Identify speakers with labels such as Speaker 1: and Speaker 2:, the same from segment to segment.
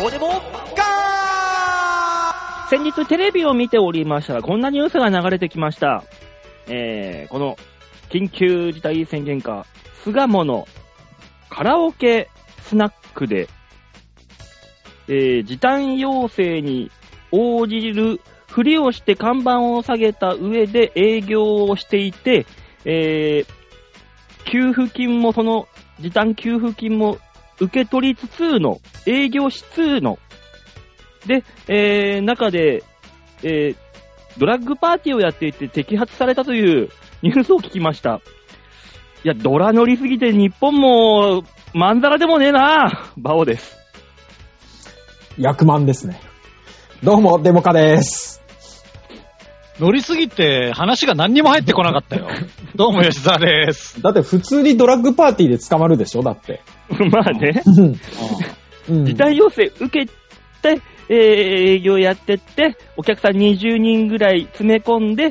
Speaker 1: どうでもガ
Speaker 2: 先日テレビを見ておりましたら、こんなニュースが流れてきました。えー、この、緊急事態宣言下、巣鴨のカラオケスナックで、えー、時短要請に応じるふりをして看板を下げた上で営業をしていて、えー、給付金もその時短給付金も受け取りつつの、営業しつつの、で、えー、中で、えー、ドラッグパーティーをやっていて摘発されたというニュースを聞きました。いや、ドラ乗りすぎて日本も、まんざらでもねえなバオです。
Speaker 3: 役満ですね。どうも、デモカです。
Speaker 1: 乗りすぎて話が何にも入ってこな かったよ。どうも吉沢です。
Speaker 3: だって普通にドラッグパーティーで捕まるでしょだって。
Speaker 2: まあね、
Speaker 3: うん。うん
Speaker 2: 時短要請受けて、えー、営業やってって、お客さん20人ぐらい詰め込んで、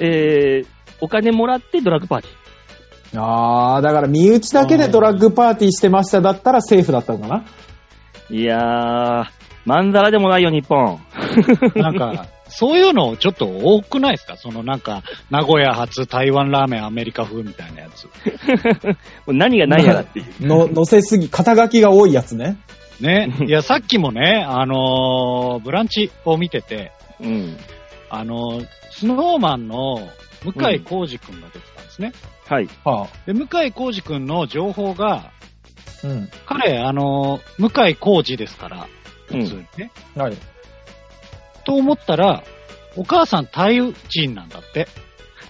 Speaker 2: えー、お金もらってドラッグパーティー。
Speaker 3: あー、だから身内だけでドラッグパーティーしてましただったらセーフだったのかない
Speaker 2: やー、まんざらでもないよ、日本。
Speaker 1: なんか、そういうのちょっと多くないですかそのなんか、名古屋発台湾ラーメンアメリカ風みたいなやつ。
Speaker 2: もう何がないやらっていう。
Speaker 3: の、乗せすぎ、肩書きが多いやつね。
Speaker 1: ね。いや、さっきもね、あのーブランチを見てて、
Speaker 2: うん。
Speaker 1: あのースノーマンの向井浩二くんが出てたんですね。
Speaker 2: はい。
Speaker 3: はあ。
Speaker 1: で、向井浩二くんの情報が、
Speaker 3: うん。
Speaker 1: 彼、あのー向井浩二ですから、
Speaker 2: う
Speaker 1: 普通
Speaker 2: ん。
Speaker 1: にね。
Speaker 3: はい。
Speaker 1: と思ったら、お母さんタイ人なんだって。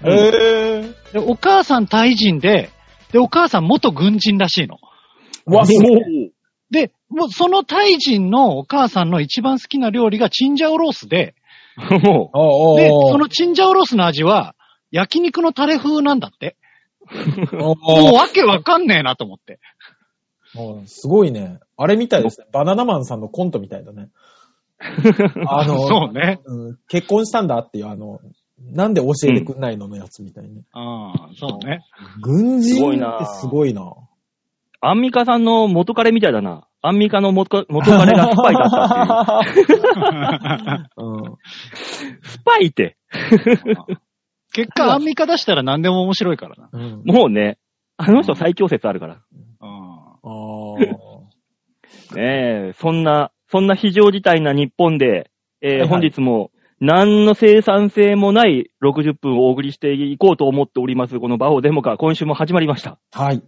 Speaker 3: えー。
Speaker 1: で、お母さんタイ人で、で、お母さん元軍人らしいの。
Speaker 3: うわ、すごい。
Speaker 1: で、もうそのタイ人のお母さんの一番好きな料理がチンジャオロースで、
Speaker 2: もう、
Speaker 3: おー
Speaker 1: で、
Speaker 3: おー
Speaker 1: そのチンジャオロースの味は、焼肉のタレ風なんだって。
Speaker 3: おー
Speaker 1: もうわけわかんねえなと思って。
Speaker 3: おーすごいね。あれみたいですね。バナナマンさんのコントみた いだね。あの、
Speaker 1: そうね。
Speaker 3: うん結婚したんだっていう、あの、なんで教えてくんないののやつみたいな。
Speaker 1: うん、そうね。
Speaker 3: 軍人
Speaker 2: すごい
Speaker 3: っ
Speaker 2: な
Speaker 3: てすごいな。
Speaker 2: アンミカさんの元彼みたいだな。アンミカの元元彼がスパイだった っていう。
Speaker 3: うん。
Speaker 2: スパイって。
Speaker 1: 結果、アンミカ出したら何でも面白いからな。
Speaker 3: うん。
Speaker 2: もうね、あの人最強説あるから。
Speaker 1: うん。
Speaker 3: あ
Speaker 2: ねえ、そんな、そんな非常事態な日本で、えー
Speaker 3: はいはい
Speaker 2: 本日も何の生産性もない60分をお送りしていこうと思っております。このバオデモカ、今週も始まりました。
Speaker 3: あ。はい。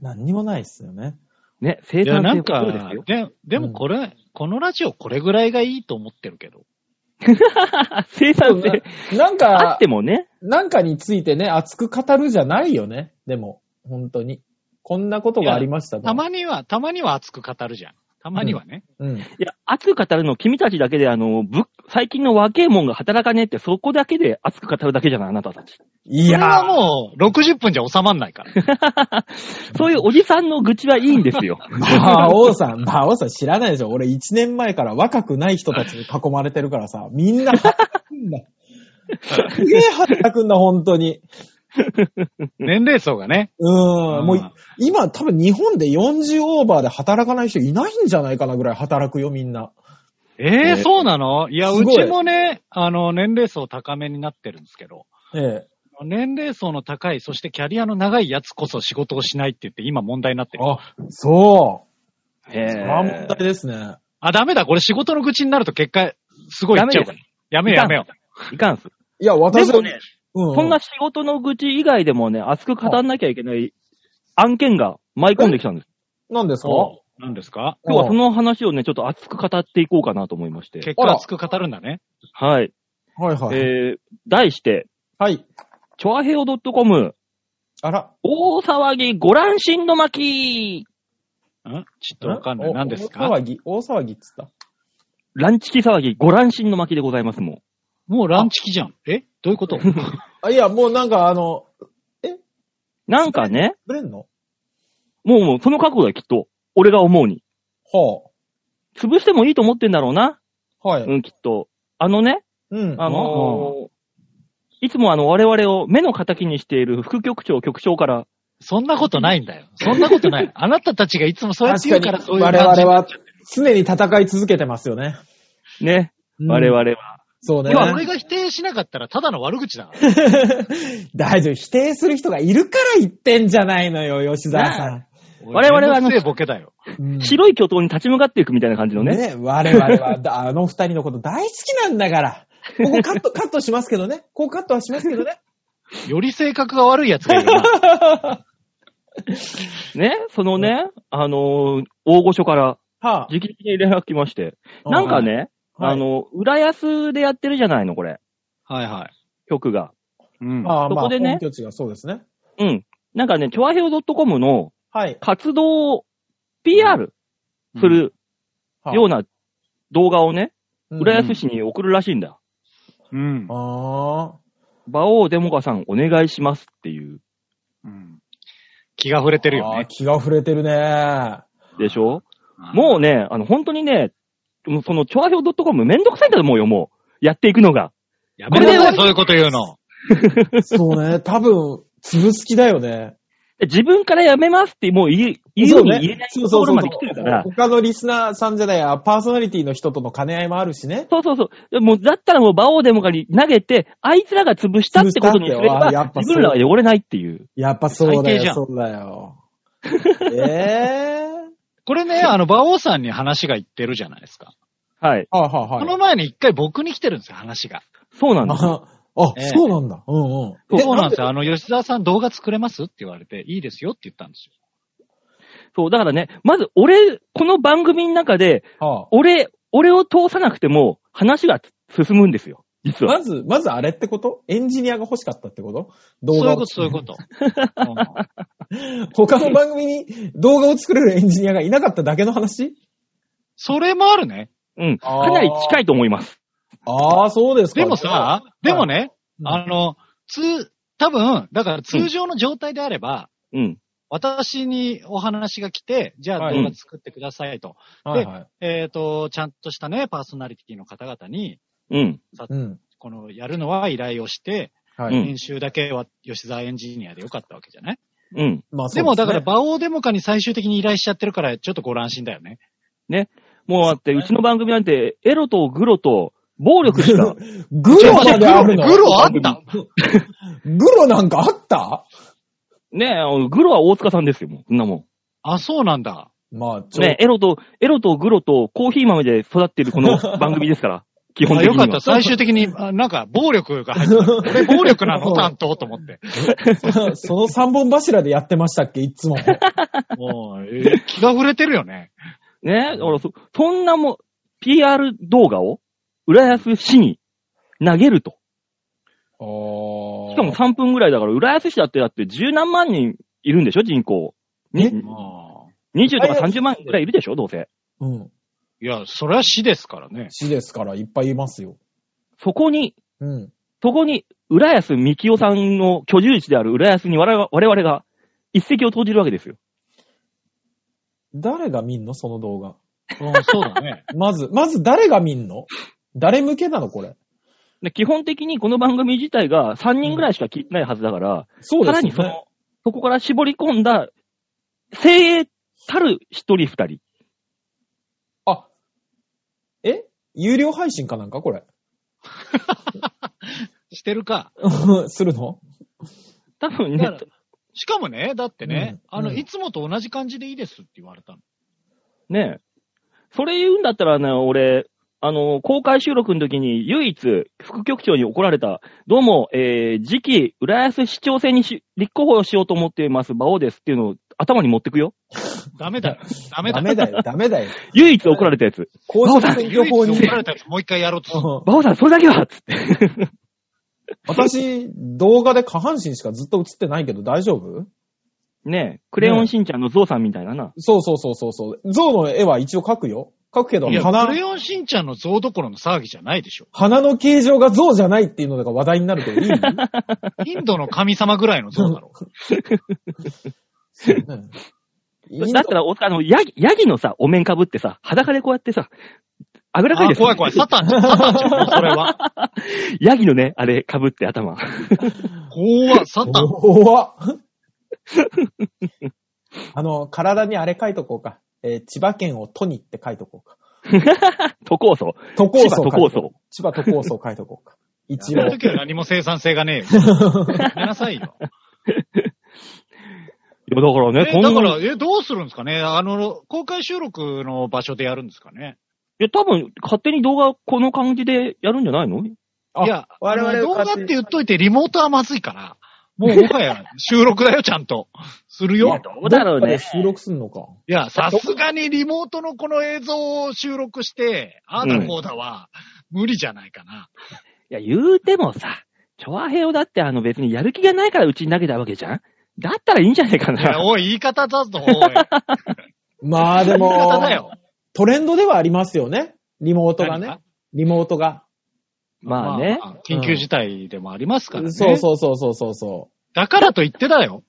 Speaker 3: 何にもないっすよね。
Speaker 2: ね、生
Speaker 1: いや、
Speaker 2: 産
Speaker 1: な
Speaker 2: 性
Speaker 1: ん
Speaker 2: もそ
Speaker 1: か
Speaker 2: うですよ、。
Speaker 1: ででもこれ、このラジオこれぐらいがいいと思ってるけど。
Speaker 2: あ 生産性
Speaker 3: なん
Speaker 2: あ
Speaker 3: か
Speaker 2: って、もね。
Speaker 3: なんかについてね、熱く語るじゃないよね。でも、本当に。こんなことがありましたと
Speaker 1: たまには、たまには熱く語るじゃん。たまにはね。
Speaker 3: うん。
Speaker 2: いや、熱く語るの君たちだけで、あの、ぶ最近の若えもんが働かねえって、そこだけで熱く語るだけじゃない、あなたたち。
Speaker 3: い
Speaker 1: それは
Speaker 3: やー、
Speaker 1: もう、60分じゃ収まんな いから。
Speaker 2: そういうおじさんの愚痴はいいんですよ。
Speaker 3: 馬王さん、馬王さん知らないでしょ。俺1年前から若くない人たちに囲まれてるからさ、み んな働くんだ。すげえ働くんだ、本当に。
Speaker 1: 年齢層がね。
Speaker 3: うー
Speaker 1: うん
Speaker 3: ん、もうい今多分日本で40オーバーで働かない人いないんじゃないかなぐらい働くよみんな。
Speaker 1: ええ
Speaker 2: ね
Speaker 1: そうなのいや、
Speaker 3: す
Speaker 1: う
Speaker 3: ごい
Speaker 1: ちもね、あの、年齢層高めになってるんですけど、
Speaker 3: え
Speaker 1: 年齢層の高い、そしてキャリアの長いやつこそ仕事をしないって言って今問題になって
Speaker 3: え。
Speaker 1: る。あ、
Speaker 3: あ、そう。
Speaker 2: へえ
Speaker 3: それは問題ですね。
Speaker 1: ダメだ、これ仕事の愚痴になると結果、すごいいっちゃうから。やめようやめよう。
Speaker 2: いかんす。
Speaker 3: いや、
Speaker 2: で
Speaker 3: 私は
Speaker 2: もね、
Speaker 3: う
Speaker 2: そんな仕事の愚痴以外でもね、熱く語んなきゃいけない案件が舞い込んできたんです。
Speaker 3: なんですか
Speaker 1: う。なんですか
Speaker 2: 今日はその話をね、ちょっと熱く語っていこうかなと思いまして。
Speaker 1: 結果熱く語るんだね。
Speaker 2: はい。
Speaker 3: はいはい。
Speaker 2: えー、題して、
Speaker 3: はい。
Speaker 2: チョアヘオ .com、
Speaker 3: あら。
Speaker 2: 大騒ぎご乱心の巻
Speaker 1: んちょっとわかんない。
Speaker 3: お
Speaker 1: 何です
Speaker 3: 大
Speaker 1: か
Speaker 3: 騒ぎ、大騒ぎっつった。
Speaker 2: 乱チキ騒ぎご乱心の巻でございます、も
Speaker 1: もうランチキじゃん。えどういうこと
Speaker 3: あ、いや、もうなんかあの、
Speaker 2: う。なんかね、
Speaker 3: ぶれんの
Speaker 2: もうもうその覚悟だよ、きっと。俺が思うに。
Speaker 3: は
Speaker 2: 潰してもいいと思ってんだろうな。
Speaker 3: あ。は
Speaker 2: う
Speaker 3: い。
Speaker 2: ん、きっと。あのね、
Speaker 3: うん。
Speaker 2: あのーいつもあの、我々を目の敵にしている副局長、局長から、
Speaker 1: そんなことないんだよ。そんなことない。あなたたちがいつもそうやって言うからそういう
Speaker 3: 我
Speaker 1: 感じ
Speaker 3: 々は、常に戦い続けてますよね。
Speaker 2: ね。
Speaker 3: うん
Speaker 2: 我。々は。
Speaker 3: そうね
Speaker 1: で。も俺が否定しなかったらただの悪口だから。
Speaker 3: 大丈夫。否定する人がいるから言ってんじゃないのよ、吉沢さ
Speaker 2: 我々はあの
Speaker 1: めんどくせえボケだよ。
Speaker 3: ん。うん
Speaker 2: 白い巨頭に立ち向かっていくみたいな感じのね。
Speaker 3: ね我々はだ、あの二人のこと大好きなんだから。こ こカット、カットしますけどね。ここカットはしますけどね。
Speaker 1: より性格が悪いやつがいる な。
Speaker 2: ね。そのね、あのー大御所から
Speaker 3: は
Speaker 2: 直々に連絡来まして。
Speaker 3: あ、
Speaker 2: なんかね、
Speaker 3: はい、
Speaker 2: あの、浦安でやってるじゃないの、これ。
Speaker 1: はいはい。
Speaker 2: 曲が。
Speaker 1: うん。
Speaker 3: ああ、
Speaker 2: そ
Speaker 3: まあ、
Speaker 2: こでね
Speaker 3: 本拠地がそうですね。
Speaker 2: うん。なんかね、チョアヘオ .com の
Speaker 3: はい。
Speaker 2: 活動を PR するような動画をね、
Speaker 3: うん、
Speaker 2: 浦安市に送るらしいんだ。
Speaker 1: うん。
Speaker 3: あ
Speaker 2: 馬王デモカさんお願いしますっていう。
Speaker 1: うん。気が触れてるよ
Speaker 3: ああー、
Speaker 1: ね。
Speaker 3: 気が触れてるね。
Speaker 2: でしょもうね、あの、本当にね、もうその、チョアヘオ .com めんどくさいんだと思うよ、もう。やっていくのが。
Speaker 1: やめな
Speaker 2: これ
Speaker 1: さ
Speaker 2: で
Speaker 1: い、そういうこと言うの。
Speaker 3: そうね。多分、潰す気だよね。
Speaker 2: で自分からやめますって、もう言う、言う
Speaker 3: そう
Speaker 2: に
Speaker 3: ね
Speaker 2: 言えない
Speaker 3: そう
Speaker 2: と
Speaker 3: そ
Speaker 2: こ
Speaker 3: う
Speaker 2: ろ
Speaker 3: そう
Speaker 2: まで来てるから。
Speaker 3: 他のリスナーさんじゃないや、パーソナリティの人との兼ね合いもあるしね。
Speaker 2: そうそうそう。でもう、だったらもう、馬王デモカに投げて、あいつらが潰したってことにすれ
Speaker 3: 潰したってよあーやっ
Speaker 2: ば、
Speaker 3: ぱ
Speaker 2: 自分らは汚れないっていう。
Speaker 3: やっぱそうだ
Speaker 1: 最低じゃ
Speaker 3: よ、
Speaker 1: ん
Speaker 3: そうだ よ。ええ
Speaker 1: これね、あの、馬王さんに話が言ってるじゃないですか。
Speaker 2: はい。
Speaker 3: ー。はいはい
Speaker 1: こ
Speaker 3: はい
Speaker 1: の前に一回僕に来てるんですよ、話が。
Speaker 2: そうなんです。
Speaker 3: あ。 あ、
Speaker 1: ええ
Speaker 3: そうなんだ。うんうん。
Speaker 2: そう
Speaker 1: そうなんですよ。あの、吉沢さん動画作れますって言われて、いいですよって言ったんですよ。
Speaker 2: そう、だからね、まず俺、この番組の中で、
Speaker 3: は
Speaker 2: 俺、俺を通さなくても話が進むんですよ。
Speaker 3: あ、
Speaker 2: 実は。
Speaker 3: まず、まずあれってことエンジニアが欲しかったってこと動
Speaker 1: そうい
Speaker 3: 画
Speaker 1: うこ
Speaker 3: を
Speaker 1: と、そういうこと。
Speaker 3: 他の番組に動画を作れるエンジニアがいなかっただけの話
Speaker 1: それもあるね。
Speaker 2: うん。
Speaker 3: あー
Speaker 2: かなり近いと思います。
Speaker 3: ああ、そうですか。
Speaker 1: でもさ、でもね、
Speaker 3: うん、
Speaker 1: あの、つ、多分、だから通常の状態であれば、
Speaker 2: うん。
Speaker 1: 私にお話が来て、じゃあ
Speaker 3: はい
Speaker 1: 動画作ってくださいと。
Speaker 3: はいはい。
Speaker 1: えっ、と、ちゃんとしたね、パーソナリティの方々に、
Speaker 2: うん。
Speaker 3: うん。
Speaker 1: この、やるのは依頼をして、
Speaker 3: はい。
Speaker 2: うん
Speaker 1: 編集だけは吉沢エンジニアでよかったわけじゃない
Speaker 2: うん。
Speaker 3: まあ
Speaker 1: でもだから、
Speaker 3: ば
Speaker 1: 馬王デモカに最終的に依頼しちゃってるから、ちょっとご乱心だよね。
Speaker 2: もうあって、うちの番組なんて、エロとグロと、暴力し か、
Speaker 3: グロまであるの
Speaker 1: グロあった
Speaker 3: グロなんかあった
Speaker 2: ねえ、グロは大塚さんですよ、もう。そんなも
Speaker 1: あ、そうなんだ。
Speaker 3: まあ、ち
Speaker 2: ん。
Speaker 3: ょ、
Speaker 2: ねえエロと、エロとグロとコーヒー豆で育ってるこ の番組ですから。基本
Speaker 1: あ
Speaker 2: 的
Speaker 1: よ
Speaker 2: に
Speaker 1: か
Speaker 2: は。
Speaker 1: った。最終的に、あなんか、暴力が入ってた。 俺、暴力なの担当と思って。
Speaker 3: その三本柱でやってましたっけい つも。
Speaker 1: もう、えー気が触れてるよね。
Speaker 2: ねえ、だからそ、そんなもん、PR 動画を、浦安市に投げると。し
Speaker 3: し
Speaker 2: かも3分ぐらいだから、浦安市だってだって十何万人いるんでしょ人口。に
Speaker 1: ああ
Speaker 2: 20とか30万ぐらいいるでしょどうせ。
Speaker 3: うん。
Speaker 1: いや、それは死ですからね。
Speaker 3: 死ですからいっぱいいますよ。
Speaker 2: そこに、
Speaker 3: うん。
Speaker 2: そこに、浦安みきおさんの居住地である浦安に我々我々が一石を投じるわけですよ。
Speaker 3: 誰が見んのその動画。
Speaker 1: うんそう だね。
Speaker 3: まず、まず誰が見んの誰向けなのこれ。
Speaker 2: で基本的にこの番組自体が3人ぐらいしか聞いてないはずだから、
Speaker 3: そう
Speaker 2: さ
Speaker 3: で
Speaker 2: ら
Speaker 3: す
Speaker 2: に
Speaker 3: よ
Speaker 2: そ
Speaker 3: ね。
Speaker 2: の、そこから絞り込んだ、精鋭たる一人二人。
Speaker 3: あ、え有料配信かなんかこれ。
Speaker 1: してるか。
Speaker 3: するの
Speaker 2: 多分
Speaker 1: だ
Speaker 2: ね
Speaker 1: か、らしかもね、だってね、
Speaker 3: うん
Speaker 1: あの、
Speaker 3: うん
Speaker 1: いつもと同じ感じでいいですって言われたの。
Speaker 2: ねえ。それ言うんだったらね、俺、あの、公開収録の時に唯一副局長に怒られた、どうも、えー、次期浦安市長選にし立候補しようと思っています、馬王ですっていうのを頭に持ってくよ。
Speaker 1: ダメだよ。ダメだ
Speaker 3: ダ
Speaker 1: よ。
Speaker 3: メだ よ、ダメだよ。
Speaker 2: 唯一怒られたやつ。
Speaker 3: 公職選挙
Speaker 1: 唯一
Speaker 3: 法に
Speaker 1: 怒。られたやつもう一回やろうと。
Speaker 3: うん
Speaker 2: 馬王さん、それだけはっつって。
Speaker 3: 私、動画で下半身しかずっと映ってないけど大丈夫
Speaker 2: ねえ、クレヨンしんちゃんのゾウさんみたいなな。
Speaker 3: そうそうそうそうそう。象の絵は一応描くよ。描くけど、
Speaker 1: いや、
Speaker 3: 鼻
Speaker 1: クレ、ヨンしんちゃんの像どころの騒ぎじゃないでしょ。
Speaker 3: 鼻の形状が象じゃないっていうのが話題になるけど、いい
Speaker 1: インドの神様ぐらいの像だろ。
Speaker 3: うんいい
Speaker 2: だ
Speaker 3: の
Speaker 2: ったら、おあの、ヤギ、ヤギのさ、お面かぶってさ、裸でこうやってさ、あぐらかい
Speaker 1: あ
Speaker 2: て
Speaker 1: ー、
Speaker 2: さ
Speaker 1: 怖い怖い。サタンじゃん。サタンじゃん。もうそれは。
Speaker 2: ヤギのね、あれかぶって頭。
Speaker 1: 怖いサタン。
Speaker 3: 怖っあの、体にあれ描いとこうか。えー千葉県を都にって書いとこうか。
Speaker 2: 都構想。
Speaker 3: 都構想書いとこう。
Speaker 2: 千葉都構想
Speaker 3: 千葉都構想書いとこうか。
Speaker 1: そ
Speaker 3: 一応
Speaker 1: の。時は何も生産性がねえよ。ごめんなさいよ。
Speaker 2: いや、だからね、
Speaker 1: えだ
Speaker 2: な
Speaker 1: から、え、どうするんですかねあの、公開収録の場所でやるんですかね
Speaker 2: え、多分、勝手に動画この感じでやるんじゃないの
Speaker 3: あ
Speaker 1: いや、
Speaker 3: 我
Speaker 1: 我
Speaker 3: 々
Speaker 1: 々動画って言っといてリモートはまずいから、
Speaker 3: も
Speaker 1: もうもはや収録だよ、ちゃんと。するよ。
Speaker 2: どうだろうね
Speaker 3: どっかで収録すんのか。
Speaker 1: いや、さすがにリモートのこの映像を収録して、ああだこうだは、無理じゃない かな。
Speaker 2: いや、言うてもさ、チョアヘヨだってあの別にやる気がないからうちに投げたわけじゃんだったらいいんじゃないか
Speaker 1: いや、
Speaker 2: な。
Speaker 1: おい、言い方出すと、おい。言い
Speaker 3: まあで
Speaker 1: 方
Speaker 3: も、
Speaker 1: だよ。
Speaker 3: トレンドではありますよね。リモートが
Speaker 1: 何
Speaker 3: ね
Speaker 1: か。
Speaker 3: リモートが。
Speaker 2: まあね。
Speaker 1: まあ緊急事態でもありますからね。
Speaker 3: そうそうそうそうそうそ
Speaker 1: だからと言ってだよ。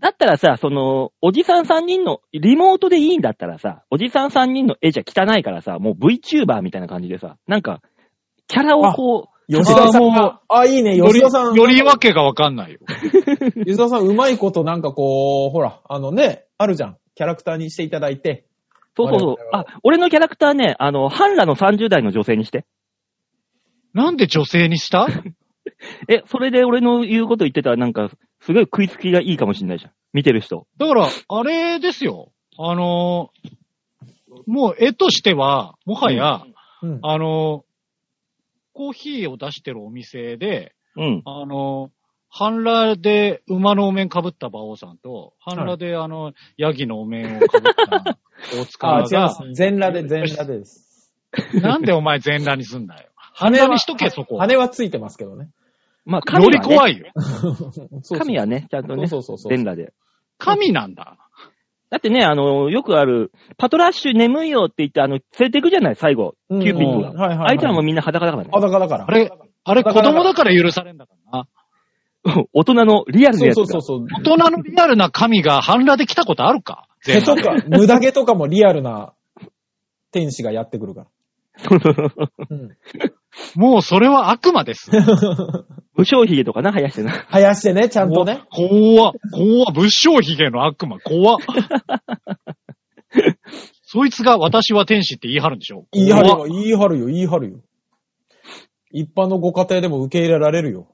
Speaker 2: だったらさ、その、おじさん3人の、リモートでいいんだったらさ、おじさん3人の絵じゃ汚いからさ、もう VTuber みたいな感じでさ、なんか、キャラをこ
Speaker 3: う。吉田さんが、あ、いいね、
Speaker 1: より、
Speaker 3: 吉田さん。
Speaker 1: よりわけがわかんないよ。
Speaker 3: 吉田さん、うまいことなんかこう、ほら、あのね、あるじゃん。キャラクターにしていただいて。
Speaker 2: う、そうそうそう
Speaker 3: 我、々
Speaker 2: あ、俺のキャラクターね、あの、半裸の30代の女性にして。
Speaker 1: なんで女性にした
Speaker 2: え、それで俺の言うこと言ってたらなんか、すごい食いつきがいいかもしんないじゃん。見てる人。
Speaker 1: だから、あれですよ。あのーもう絵としては、もはや、
Speaker 3: うん。
Speaker 1: あのーコーヒーを出してるお店で、
Speaker 2: うん。
Speaker 1: あのー半裸で馬のお面被った馬王さんと、半裸であの、ヤギのお面を被った 大
Speaker 3: あ、違
Speaker 1: 塚
Speaker 3: いま
Speaker 1: が
Speaker 3: す、。全裸で、全裸でです。
Speaker 1: なんでお前全裸にすん だよ。半裸にしとけ、そこ。
Speaker 3: 羽はついてますけどね。
Speaker 2: まあ、神
Speaker 1: よ
Speaker 2: は、ね、
Speaker 1: り怖いよ。
Speaker 2: 神はね、ちゃんとね、
Speaker 3: そうそうそう
Speaker 2: 全裸で。
Speaker 1: 神なんだ。
Speaker 2: だってね、あの、よくある、パトラッシュ眠いよって言って、あの、連れて行くじゃない、最後。
Speaker 3: うん
Speaker 2: キューピッドが。
Speaker 3: うんはいはいはい
Speaker 2: あいつらもみんな裸だからね。
Speaker 3: 裸だから。
Speaker 1: あれ、あれ
Speaker 3: だ
Speaker 1: 子
Speaker 3: から
Speaker 1: 供だから許されんだからな。
Speaker 2: 大人のリアルな
Speaker 3: そ
Speaker 2: や
Speaker 3: う
Speaker 2: つが。
Speaker 3: そうそうそう。
Speaker 1: 大人のリアルな神が半裸で来たことあるか
Speaker 3: 毛
Speaker 1: 全
Speaker 3: と
Speaker 1: 裸
Speaker 3: か、無駄毛とかもリアルな天使がやってくるか
Speaker 2: そうそう そう
Speaker 3: ら。うん。
Speaker 1: もうそれは悪魔です。
Speaker 2: 武将髭とかな、生やしてな。
Speaker 3: 生やしてね、ちゃんとね。
Speaker 1: 怖っ怖っ仏性髭の悪魔、 怖っそいつが私は天使って言い張るんでしょ
Speaker 3: 言い張る
Speaker 1: 怖
Speaker 3: よ、
Speaker 1: っ
Speaker 3: 言い張るよ、言い張るよ。一般のご家庭でも受け入れられるよ。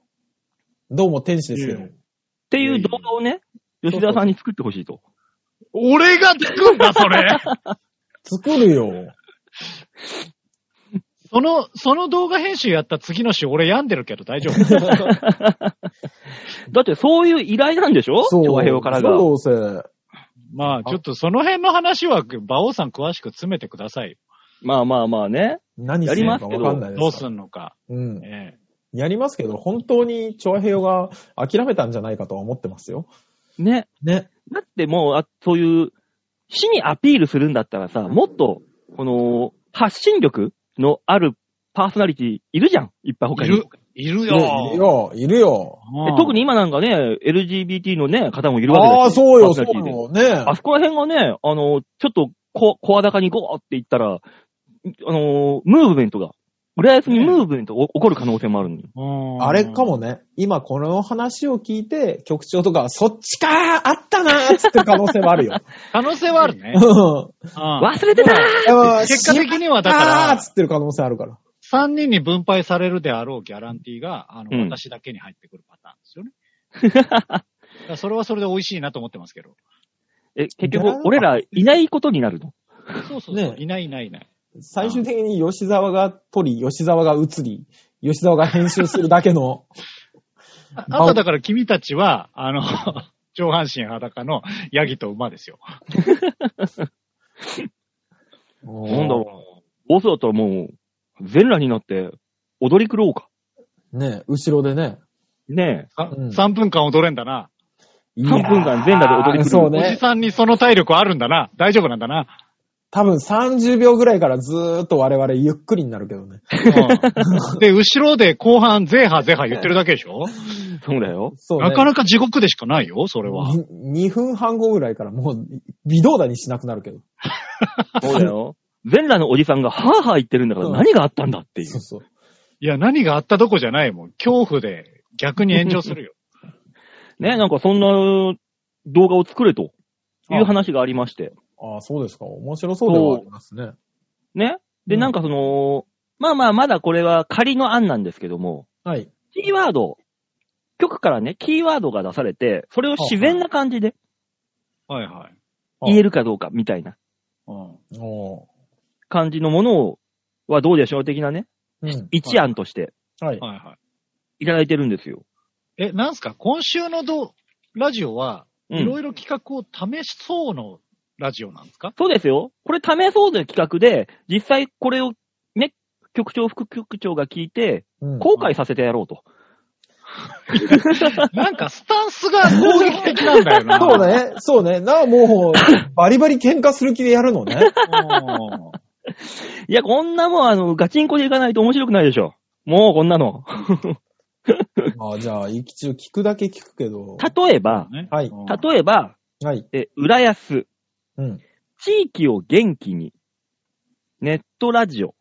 Speaker 3: どうも天使ですけど
Speaker 1: いや。
Speaker 2: っていう動画をね、吉田さんに作ってほしいと。
Speaker 1: 俺がつくんだ、それ
Speaker 3: 作るよ。
Speaker 1: その、その動画編集やった次の週俺病んでるけど大丈夫
Speaker 2: だってそういう依頼なんでしょ長平からが。
Speaker 3: そうせ。
Speaker 1: まあ、ちょっとその辺の話は、馬王さん詳しく詰めてくださいよ。
Speaker 2: まあまあまあね。
Speaker 3: 何するのかわかんないですから。
Speaker 1: どうすんのか。
Speaker 3: うん。
Speaker 1: ええ
Speaker 3: やりますけど、本当に、チョアヘヨが諦めたんじゃないかとは思ってますよ。
Speaker 2: ね。
Speaker 3: ね。
Speaker 2: だってもう、あそういう、死にアピールするんだったらさ、もっと、この、発信力のあるパーソナリティいるじゃん。いっぱい他
Speaker 1: い
Speaker 2: に
Speaker 1: る。、いる
Speaker 3: い
Speaker 1: よ。
Speaker 3: るよ、いるよ。
Speaker 1: う
Speaker 2: で
Speaker 1: ん
Speaker 2: 特に今なんかね、LGBT のね、方もいるわけだし
Speaker 3: ああ、そうよ、
Speaker 2: パ
Speaker 3: そ
Speaker 2: ーソナリ
Speaker 3: う
Speaker 2: ティで
Speaker 3: よ、ね。
Speaker 2: あそこら辺がね、あの、ちょっとこ、声高にゴーって言ったら、あの、ムーブメントが、浦安にムーブメントが起起こる可能性もあるのよ。
Speaker 1: うん
Speaker 3: あれかもね、今この話を聞いて、局長とか、そっちかーあったなーっつって可能性もあるよ。
Speaker 1: 可能性はあるね。
Speaker 3: うん
Speaker 1: うん
Speaker 2: 忘れてたー
Speaker 1: 結果的にはだか
Speaker 3: あーっ
Speaker 1: ら、
Speaker 3: つってる可能性あるから。
Speaker 1: 3人に分配されるであろうギャランティーが、あの、
Speaker 2: うん
Speaker 1: 私だけに入ってくるパターンですよね。だからそれはそれで美味しいなと思ってますけど。
Speaker 2: え、結局、俺らいないことになるの。
Speaker 1: そうそうそう、
Speaker 3: ね
Speaker 1: いないいないいない。
Speaker 3: 最終的に吉沢が撮り、吉沢が映り、吉沢が編集するだけの、
Speaker 1: ああとだから君たちは、あの、 上半身裸のヤギと馬ですよ。
Speaker 2: な
Speaker 3: なん
Speaker 2: だろう。ボスだったらもう、全裸になって、踊り狂おうか。
Speaker 3: ね、後ろでね。
Speaker 2: ね
Speaker 1: さ
Speaker 3: うん
Speaker 1: 3分間踊れんだな。
Speaker 2: え。3分間全裸で踊り狂う。
Speaker 3: そう
Speaker 1: おじ
Speaker 3: ね。
Speaker 1: さんにその体力はあるんだな。大丈夫なんだな。
Speaker 3: 多分30秒ぐらいからずーっと我々ゆっくりになるけどね。
Speaker 1: うんで、後ろで後半、ゼーハゼーハ言ってるだけでしょ、
Speaker 2: そうだ よ。
Speaker 3: そうね。
Speaker 1: なかなか地獄でしかないよ、それは。
Speaker 3: 2分半後ぐらいからもう微動だにしなくなるけど。
Speaker 2: そうだよ。全裸のおじさんがはぁはぁ言ってるんだから
Speaker 3: うん
Speaker 2: 何があったんだっていう
Speaker 3: そう。そう。
Speaker 1: いや、何があったどこじゃないもん。恐怖で逆に炎上するよ。
Speaker 2: ね、なんかそんな動画を作れという話がありまして。
Speaker 3: ああ、そうですか。面白そうではありますね。
Speaker 2: ね。で、
Speaker 3: うん
Speaker 2: なんかその、まあまあ、まだこれは仮の案なんですけども、
Speaker 3: はい。
Speaker 2: キーワード、局からね、キーワードが出されて、それを自然な感じで
Speaker 1: はいはい。
Speaker 2: 言えるかどうかみたいな
Speaker 1: うん。
Speaker 3: おー
Speaker 2: 感じのものを、はどうでしょう的なね、
Speaker 3: うん。
Speaker 2: 一案として
Speaker 3: はい。
Speaker 1: はいは
Speaker 2: い
Speaker 1: い。
Speaker 2: ただいてるんですよ。
Speaker 1: え、なんすか今週のど、ラジオは、
Speaker 2: う
Speaker 1: いろ
Speaker 2: ん。
Speaker 1: いろ企画を試しそうのラジオなんですか、
Speaker 2: そうですよ。これ試そうという企画で、実際これをね、局長、副局長が聞いて、
Speaker 3: うん
Speaker 2: 後悔させてやろうと。
Speaker 1: なんかスタンスが攻撃的なんだよ な。
Speaker 3: そうね。そうね。なあ、もう、バリバリ喧嘩する気でやるのね。
Speaker 1: うん
Speaker 2: いや、こんなもん、あの、ガチンコでいかないと面白くないでしょ。もうこんなの。
Speaker 3: ああ、じゃあ、行き中聞くだけ聞くけど。
Speaker 2: 例えば、
Speaker 1: ね
Speaker 3: はい
Speaker 1: うん
Speaker 2: 例えば、
Speaker 3: はい。
Speaker 2: え、浦安、
Speaker 3: うん。
Speaker 2: 地域を元気に、ネットラジオ。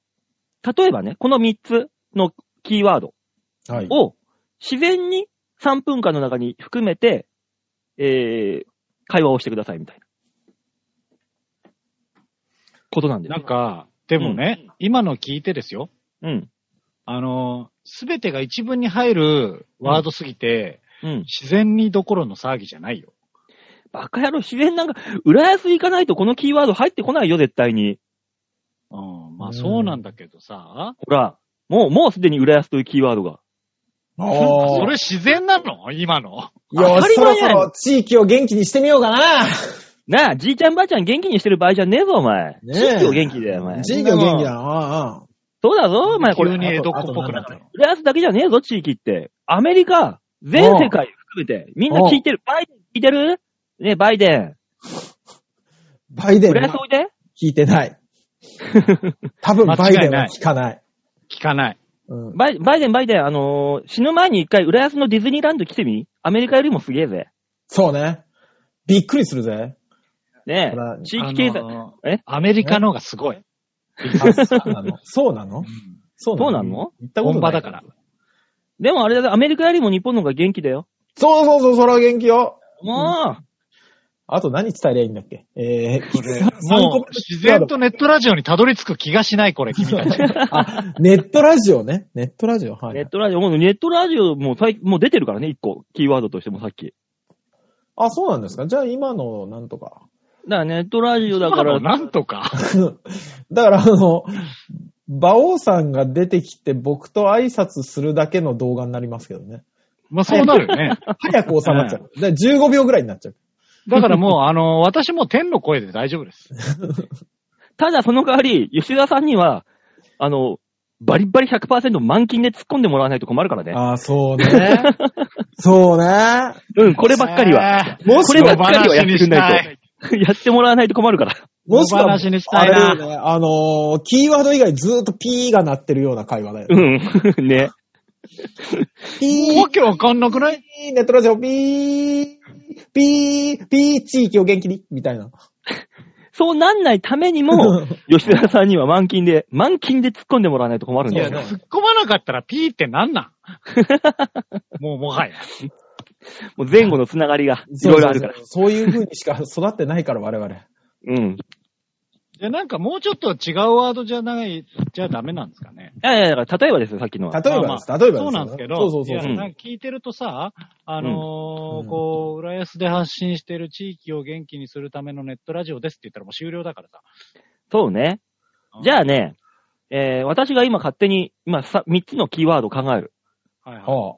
Speaker 2: 例えばね、この3つのキーワード
Speaker 3: はい。
Speaker 2: を自然に3分間の中に含めて、えー、会話をしてくださいみたいな。ことなんです
Speaker 1: なんか、でもね、今の聞いてですよ。
Speaker 2: うん。
Speaker 1: あの、すべてが一文に入るワードすぎて、
Speaker 2: うん。
Speaker 1: 自然にどころの騒ぎじゃないよ。
Speaker 2: バカ野郎、自然なんか、浦安行かないとこのキーワード入ってこないよ、絶対に。
Speaker 1: うん、
Speaker 3: う
Speaker 1: まあ
Speaker 3: ん
Speaker 1: そうなんだけどさ、
Speaker 2: ほら、もう、もうすでに浦安というキーワードが。
Speaker 3: あ
Speaker 1: そ
Speaker 3: ー
Speaker 1: れ自然なの今の。
Speaker 3: よ
Speaker 2: 当た
Speaker 3: し、
Speaker 2: り
Speaker 3: そろ
Speaker 2: 前
Speaker 3: そ
Speaker 2: やん
Speaker 3: ろ地域を元気にしてみようかな。
Speaker 2: なあ、じいちゃんばあちゃん元気にしてる場合じゃねえぞ、お前。
Speaker 3: ねえ
Speaker 2: 地域を元気だよ、お前。
Speaker 3: 地域を元気だな。ああ、
Speaker 2: そうだぞ、お前、これ。
Speaker 1: 急に江戸っ
Speaker 3: あと
Speaker 1: 子っぽくなったの。
Speaker 2: 浦安だけじゃねえぞ、地域って。アメリカ、全世界含めて、みんな聞いてる。バイデン聞いてるねえバイデン。
Speaker 3: バイデン
Speaker 2: 浦
Speaker 3: は
Speaker 2: 安おいで。
Speaker 3: 聞いてない。多分バイデンは聞かない。
Speaker 1: 聞かない。
Speaker 3: う ん。
Speaker 2: バイバイデン、バイデン、あのー死ぬ前に一回浦安のディズニーランド来てみアメリカよりもすげえぜ。
Speaker 3: そうね。びっくりするぜ。
Speaker 2: ね
Speaker 3: ほら
Speaker 2: え。地域経済、
Speaker 1: あの
Speaker 2: え
Speaker 1: アメリカの方がすごい。
Speaker 3: あそうなの そうなのそう
Speaker 2: そうなの
Speaker 3: 行ったことな
Speaker 1: 本場
Speaker 3: い
Speaker 1: だから。。
Speaker 2: でもあれだぞ、アメリカよりも日本の方が元気だよ。
Speaker 3: そうそうそう、そら元気よ。
Speaker 2: もう、
Speaker 3: あと何伝えりゃいいんだっけえー、
Speaker 1: もう自然とネットラジオにたどり着く気がしない、これ、君たち。
Speaker 3: あ、ネットラジオね。ネットラジオ。はい。
Speaker 2: ネットラジオ、もうネットラジオもう最もう出てるからね、一個。キーワードとしてもさっき。
Speaker 3: あ、そうなんですか。じゃあ今のなんとか。
Speaker 2: だからネットラジオだから、
Speaker 1: なんとか。
Speaker 3: だからあの、馬王さんが出てきて僕と挨拶するだけの動画になりますけどね。
Speaker 1: まあそうなるよね。
Speaker 3: 早く収まっちゃう。だから15秒ぐらいになっちゃう。
Speaker 1: だからもう、あの、私も天の声で大丈夫です。
Speaker 2: ただその代わり、吉田さんには、あの、バリバリ100%満金で突っ込んでもらわないと困るからね。
Speaker 3: ああ、そうね。 そうね。
Speaker 2: うん、こればっかりは。
Speaker 1: ねえ。
Speaker 3: も
Speaker 2: こ
Speaker 3: し
Speaker 2: れ
Speaker 3: く
Speaker 2: ばっ
Speaker 3: は、
Speaker 2: かりはやってくんないと。 やってもらわないと困るから。
Speaker 3: もしく
Speaker 1: 野
Speaker 3: は
Speaker 1: 放しにした
Speaker 3: あ
Speaker 1: い
Speaker 3: れ
Speaker 1: な
Speaker 3: だよね、あのーキーワード以外ずーっとピーが鳴ってるような会話だよ
Speaker 2: う
Speaker 3: ね。
Speaker 2: ん、 ね。
Speaker 3: ピー
Speaker 1: わ、けわかんなくない
Speaker 3: ピー、ネットラジオ、ピー、ピー、ピー、地域を元気に、みたいな。
Speaker 2: そうなんないために も、吉田さんには満金で、満金で突っ込んでもらわないと困るん
Speaker 1: い
Speaker 2: だ
Speaker 1: や、
Speaker 2: よ。
Speaker 1: 突っ込まなかったらピーってなんなんもうもはや。
Speaker 2: もう前後のつながりがい
Speaker 3: そう
Speaker 2: ろいろあるから。
Speaker 3: そうそうそういう風にしか育ってないから、我々。
Speaker 2: うん。
Speaker 1: じゃ、なんかもうちょっと違うワードじゃない、じゃダメなんですかね。
Speaker 2: いやいや、だから例えばですよ、さっきのは。
Speaker 3: 例えば
Speaker 1: ま
Speaker 3: で
Speaker 1: あ
Speaker 3: す、
Speaker 1: まあ
Speaker 3: 例えばですよ
Speaker 1: そうなんですけど、
Speaker 3: そうそう
Speaker 1: い
Speaker 3: そう
Speaker 1: や
Speaker 3: そう。
Speaker 1: なんか聞いてるとさ、あのー
Speaker 3: うん
Speaker 1: こう、浦安で発信してる地域を元気にするためのネットラジオですって言ったらもう終了だからさ。
Speaker 2: そうね。じゃあね、えー、私が今勝手に、今さ、3つのキーワードを考える。
Speaker 1: あ、はいはい。
Speaker 3: あ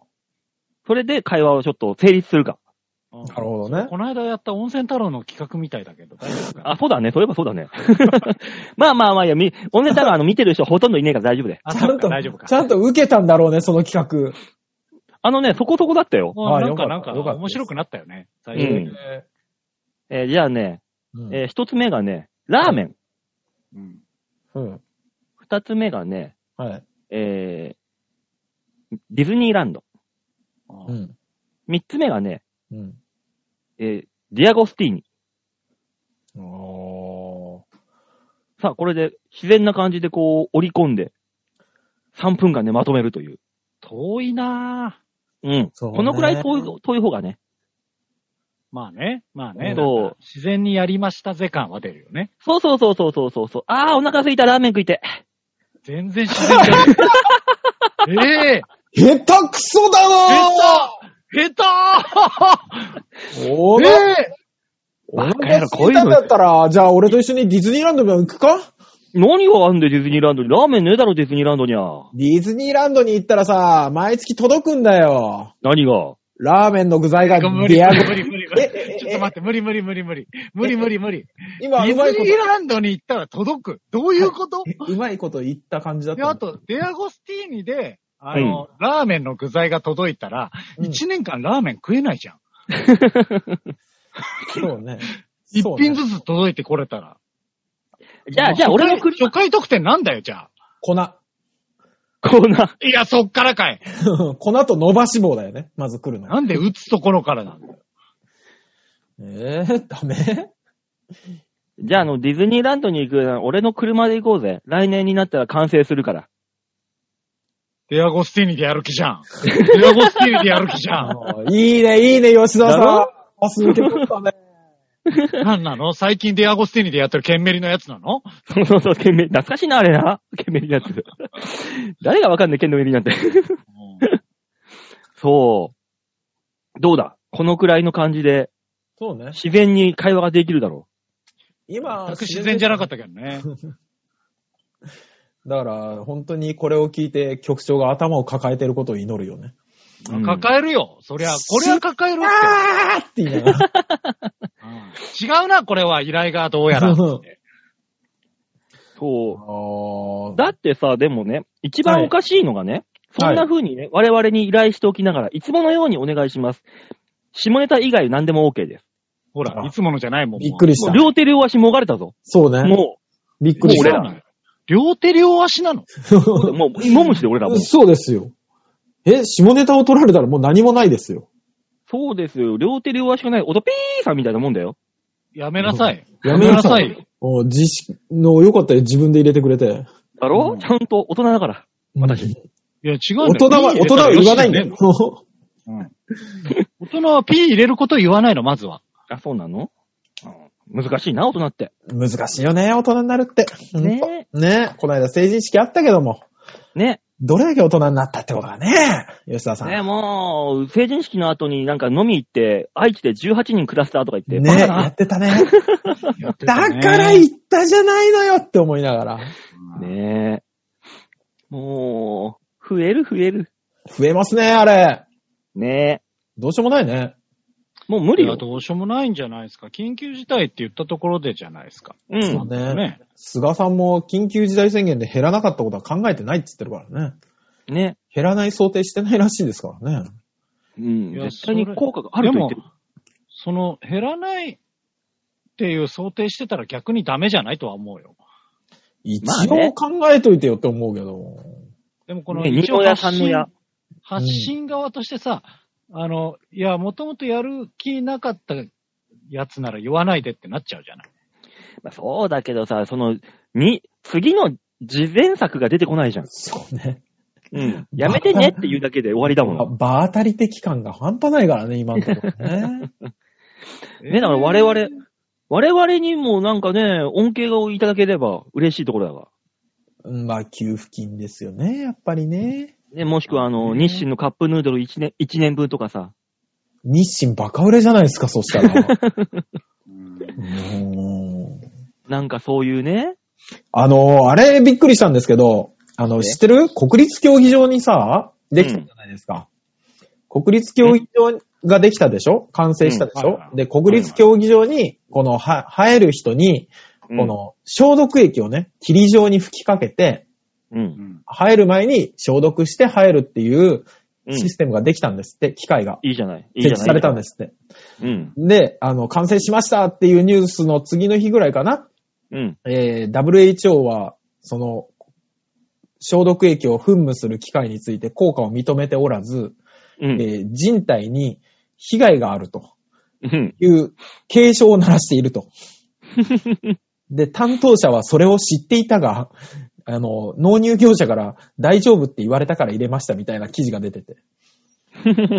Speaker 2: それで会話をちょっと成立するか。
Speaker 1: うん
Speaker 3: あなるほどね。
Speaker 1: この間やった温泉太郎の企画みたいだけど、大丈夫ですか
Speaker 2: あ、そうだね。そういえばそうだ ね。まあまあまあ、いや、み、温泉太郎あの見てる人ほとんどいねえから大丈夫で。
Speaker 1: あ
Speaker 3: ちゃ
Speaker 1: そうんか
Speaker 3: と
Speaker 1: 大丈夫、か。
Speaker 3: ちゃんと受けたんだろうね、その企画。
Speaker 2: あのね、そこそこだったよ。
Speaker 1: もうなんか、
Speaker 3: あ
Speaker 1: な
Speaker 3: よ
Speaker 1: ん
Speaker 3: かった
Speaker 1: か、
Speaker 3: よかったです
Speaker 1: 面白くなったよね。最
Speaker 2: う
Speaker 1: 初
Speaker 2: んえーじゃあね、
Speaker 3: うん
Speaker 2: えー一つ目がね、ラーメン。
Speaker 1: うん
Speaker 3: うん。
Speaker 2: 二つ目がね、
Speaker 3: はい。
Speaker 2: えーディズニーランド。
Speaker 1: う
Speaker 3: うんん。
Speaker 2: 三つ目がね、
Speaker 3: うん。
Speaker 2: えーディアゴスティーニ。
Speaker 3: お
Speaker 2: さあ、これで自然な感じでこう、折り込んで、3分間でまとめるという。
Speaker 1: 遠いな
Speaker 2: うん。
Speaker 3: そうね
Speaker 2: このくらい遠い、遠い方がね、
Speaker 1: まあね、まあね。
Speaker 2: そう
Speaker 1: なんか自然にやりましたぜ感は出るよね。
Speaker 2: そうそうそうそうそうそうそう。あー、お腹すいた、ラーメン食いて。
Speaker 1: 全然自然 じゃない。ええ
Speaker 3: 下手くそだな
Speaker 1: 下手
Speaker 3: ぁお
Speaker 1: ー
Speaker 3: ら、
Speaker 1: ええ
Speaker 3: お
Speaker 1: バカ野
Speaker 3: 腹
Speaker 1: 郎
Speaker 3: すいたんだったら、じゃあ俺と一緒にディズニーランドでも行くか
Speaker 2: 何があんで、ディズニーランドに。ラーメンねえだろ、ディズニーランドにゃ。
Speaker 3: ディズニーランドに行ったらさ、毎月届くんだよ。
Speaker 2: 何が
Speaker 3: ラーメンの具材が
Speaker 1: 無
Speaker 3: 出
Speaker 1: 理
Speaker 3: や
Speaker 1: 無
Speaker 3: が
Speaker 1: 理
Speaker 3: る。
Speaker 1: 無理無理無
Speaker 3: えええ
Speaker 1: 理。ちょっと待って、無理無理無理無理。無理無理無理。
Speaker 3: 今、
Speaker 1: デ
Speaker 3: うまい
Speaker 1: ィズ
Speaker 3: こ
Speaker 1: ニーランドに行ったら届く。どういうこ
Speaker 3: と、
Speaker 1: と、
Speaker 3: うまいこと言った感じだっ
Speaker 1: で、
Speaker 3: た
Speaker 1: あ
Speaker 3: の。
Speaker 1: と、デアゴスティーニで、あの、ラーメンの具材が届いたら、
Speaker 3: うん
Speaker 1: 1年間ラーメン食えないじゃん。
Speaker 3: そうね。
Speaker 1: 1品
Speaker 3: ず
Speaker 1: ずつ届いてこれたら。
Speaker 2: じゃあ、じゃあ、俺の車、
Speaker 1: 初回特典なんだよ、じゃあ。
Speaker 3: 粉。
Speaker 2: こうな。
Speaker 1: いや、そっからかい。
Speaker 3: 粉と伸ばし棒だよね。まず来るの。
Speaker 1: なんで打つところからなんだよ。
Speaker 3: えー、ダメ
Speaker 2: じゃあ、あの、ディズニーランドに行くなら、俺の車で行こうぜ。来年になったら完成するから。
Speaker 1: デアゴスティーニでやる気じゃん。デアゴスティーニでやる気じゃん。
Speaker 3: あーいいね、いいね、吉田さ
Speaker 2: だ
Speaker 3: ん
Speaker 2: ろ。
Speaker 3: あ、すげえ撮ったね。
Speaker 1: なんなの最近デアゴスティーニでやってるケンメリのやつなの
Speaker 2: そうそうそう、ケンメリ、懐かしいな、あれな。ケンメリなんて。誰がわかんない、ケンメリなんて。そう。どうだこのくらいの感じで、
Speaker 3: そうね。
Speaker 2: 自然に会話ができるだろ
Speaker 3: 今
Speaker 1: 全、く 自然じゃなか
Speaker 3: っ
Speaker 1: ったけどね。
Speaker 3: た。だから、本当にこれを聞いて局長が頭を抱えてることを祈るよね。
Speaker 2: う。うん
Speaker 1: 抱えるよ。そりゃ、これは抱えるって。
Speaker 3: あーって言いながら。
Speaker 1: うん違うな、これは依頼がどうやら。
Speaker 2: そ
Speaker 3: あ
Speaker 2: う。だってさ、でもね、一番おかしいのがね、そんな風にね、我々に依頼しておきながら、いつものようにお願いします。下ネタ以外何でも OK です。
Speaker 1: ほら、いつものじゃないもん。
Speaker 3: びっく
Speaker 1: り。
Speaker 3: りし
Speaker 2: も
Speaker 3: た
Speaker 2: う。両手両足もがれたぞ。
Speaker 3: そうね。
Speaker 2: も
Speaker 3: びっく
Speaker 1: もう
Speaker 3: りし
Speaker 1: 俺
Speaker 3: た。
Speaker 1: らなのよ。両手両足なの。
Speaker 2: う、もう、芋虫で俺らもう。
Speaker 3: そうですよ。え、下ネタを取られたらもう何もないですよ。
Speaker 2: そうですよ。両手両足がない、オトピーさんみたいなもんだよ。
Speaker 1: やめなさい。
Speaker 3: やめなさ
Speaker 1: やめ
Speaker 3: い。お自粛の、よかったよ。自分で入れてくれて。
Speaker 2: だろ、
Speaker 1: うん
Speaker 2: ちゃんと大人だから。私。
Speaker 1: いや、違う
Speaker 3: 大
Speaker 1: んだよ
Speaker 3: 人は、大人は言わないんだよ。。
Speaker 1: うん大人はピー入れることを言わないの、まずは。
Speaker 2: あ、そうなの、うん難しいな、大人って。
Speaker 3: 難しいよね、大人になるって。
Speaker 2: ね
Speaker 3: え。ねえ、この間成人式あったけども、
Speaker 2: ね。
Speaker 3: どれだけ大人になったってことだね、吉田さん。
Speaker 2: ね、もう、成人式の後になんか飲み行って、愛知で18人クラスターとか言って、
Speaker 3: ね
Speaker 2: バ
Speaker 3: え、
Speaker 2: カ
Speaker 3: や
Speaker 2: な。
Speaker 3: ってたね。だから
Speaker 1: い
Speaker 3: 言ったじゃないのよって思いながら。
Speaker 2: ねえ。もう、増える増える。
Speaker 3: 増えますね、あれ。
Speaker 2: ねえ。
Speaker 3: どうしようもないね。
Speaker 2: もう無
Speaker 1: い
Speaker 2: 理
Speaker 1: や、
Speaker 2: よ。
Speaker 1: どうしようもないんじゃないですか。緊急事態って言ったところでじゃないですか。
Speaker 2: うん。
Speaker 3: そうね。
Speaker 1: ね。
Speaker 3: 菅さんも緊急事態宣言で減らなかったことは考えてないって言ってるからね。
Speaker 2: ね。
Speaker 3: 減らない想定してないらしいですからね。
Speaker 2: うん
Speaker 1: い。や
Speaker 2: 絶対に効果があると言ってる
Speaker 1: で。もその、減らないっていう想定してたら逆にダメじゃないとは思うよ。
Speaker 3: 一
Speaker 2: まあ
Speaker 3: 応
Speaker 2: ね
Speaker 3: 考えといてよって思うけど。
Speaker 1: でもこの、
Speaker 2: ね
Speaker 1: 一応
Speaker 2: 二の矢三
Speaker 1: 発信
Speaker 2: の矢
Speaker 1: 発信側としてさ、あの、いや、もともとやる気なかったやつなら言わないでってなっちゃうじゃない。
Speaker 2: まあそうだけどさ、その、に、次の事前策が出てこないじゃん。
Speaker 3: そうね。
Speaker 2: うん。やめてねって言うだけで終わりだも
Speaker 3: ば
Speaker 2: ん。
Speaker 3: 場当たり的感が半端ないからね、今のところね。
Speaker 2: ね、だから我々、我々にもなんかね、恩恵をいただければ嬉しいところだわ。
Speaker 3: うんまあ、給付金ですよね、やっぱりね。
Speaker 2: ね、もしくはあの、
Speaker 1: ね
Speaker 2: 日清のカップヌードル1年、一年分とかさ。
Speaker 3: 日清バカ売れじゃないですか、そした ら。
Speaker 1: うん
Speaker 3: うん
Speaker 2: なんかそういうね。
Speaker 3: あのー、あれびっくりしたんですけど、あの、
Speaker 2: え
Speaker 3: 知ってる国立競技場にさ、できたじゃないですか。国立競技場ができたでしょ完成したでし
Speaker 1: うんは
Speaker 3: ょ
Speaker 1: い、はい
Speaker 3: で、国立競技場に、この、は、生える人に、
Speaker 2: うん
Speaker 3: こ、の、消毒液をね、霧状に吹きかけて、
Speaker 2: う。
Speaker 1: うんん
Speaker 3: 生える前に消毒して生えるっていう
Speaker 2: うん。
Speaker 3: システムができたんですって、機械が。
Speaker 2: いいじゃない。いいじ
Speaker 3: 設
Speaker 2: ゃない。
Speaker 3: 置されたんですって。
Speaker 2: うん。
Speaker 3: で、あの、完成しましたっていうニュースの次の日ぐらいかな、
Speaker 2: うん。
Speaker 3: えー WHO は、その、消毒液を噴霧する機械について効果を認めておらず、
Speaker 2: うん。
Speaker 3: えー人体に被害があると
Speaker 2: うん。
Speaker 3: いう警鐘を鳴らしていると。で、担当者はそれを知っていたが、あの、納入業者から大丈夫って言われたから入れましたみたいな記事が出てて。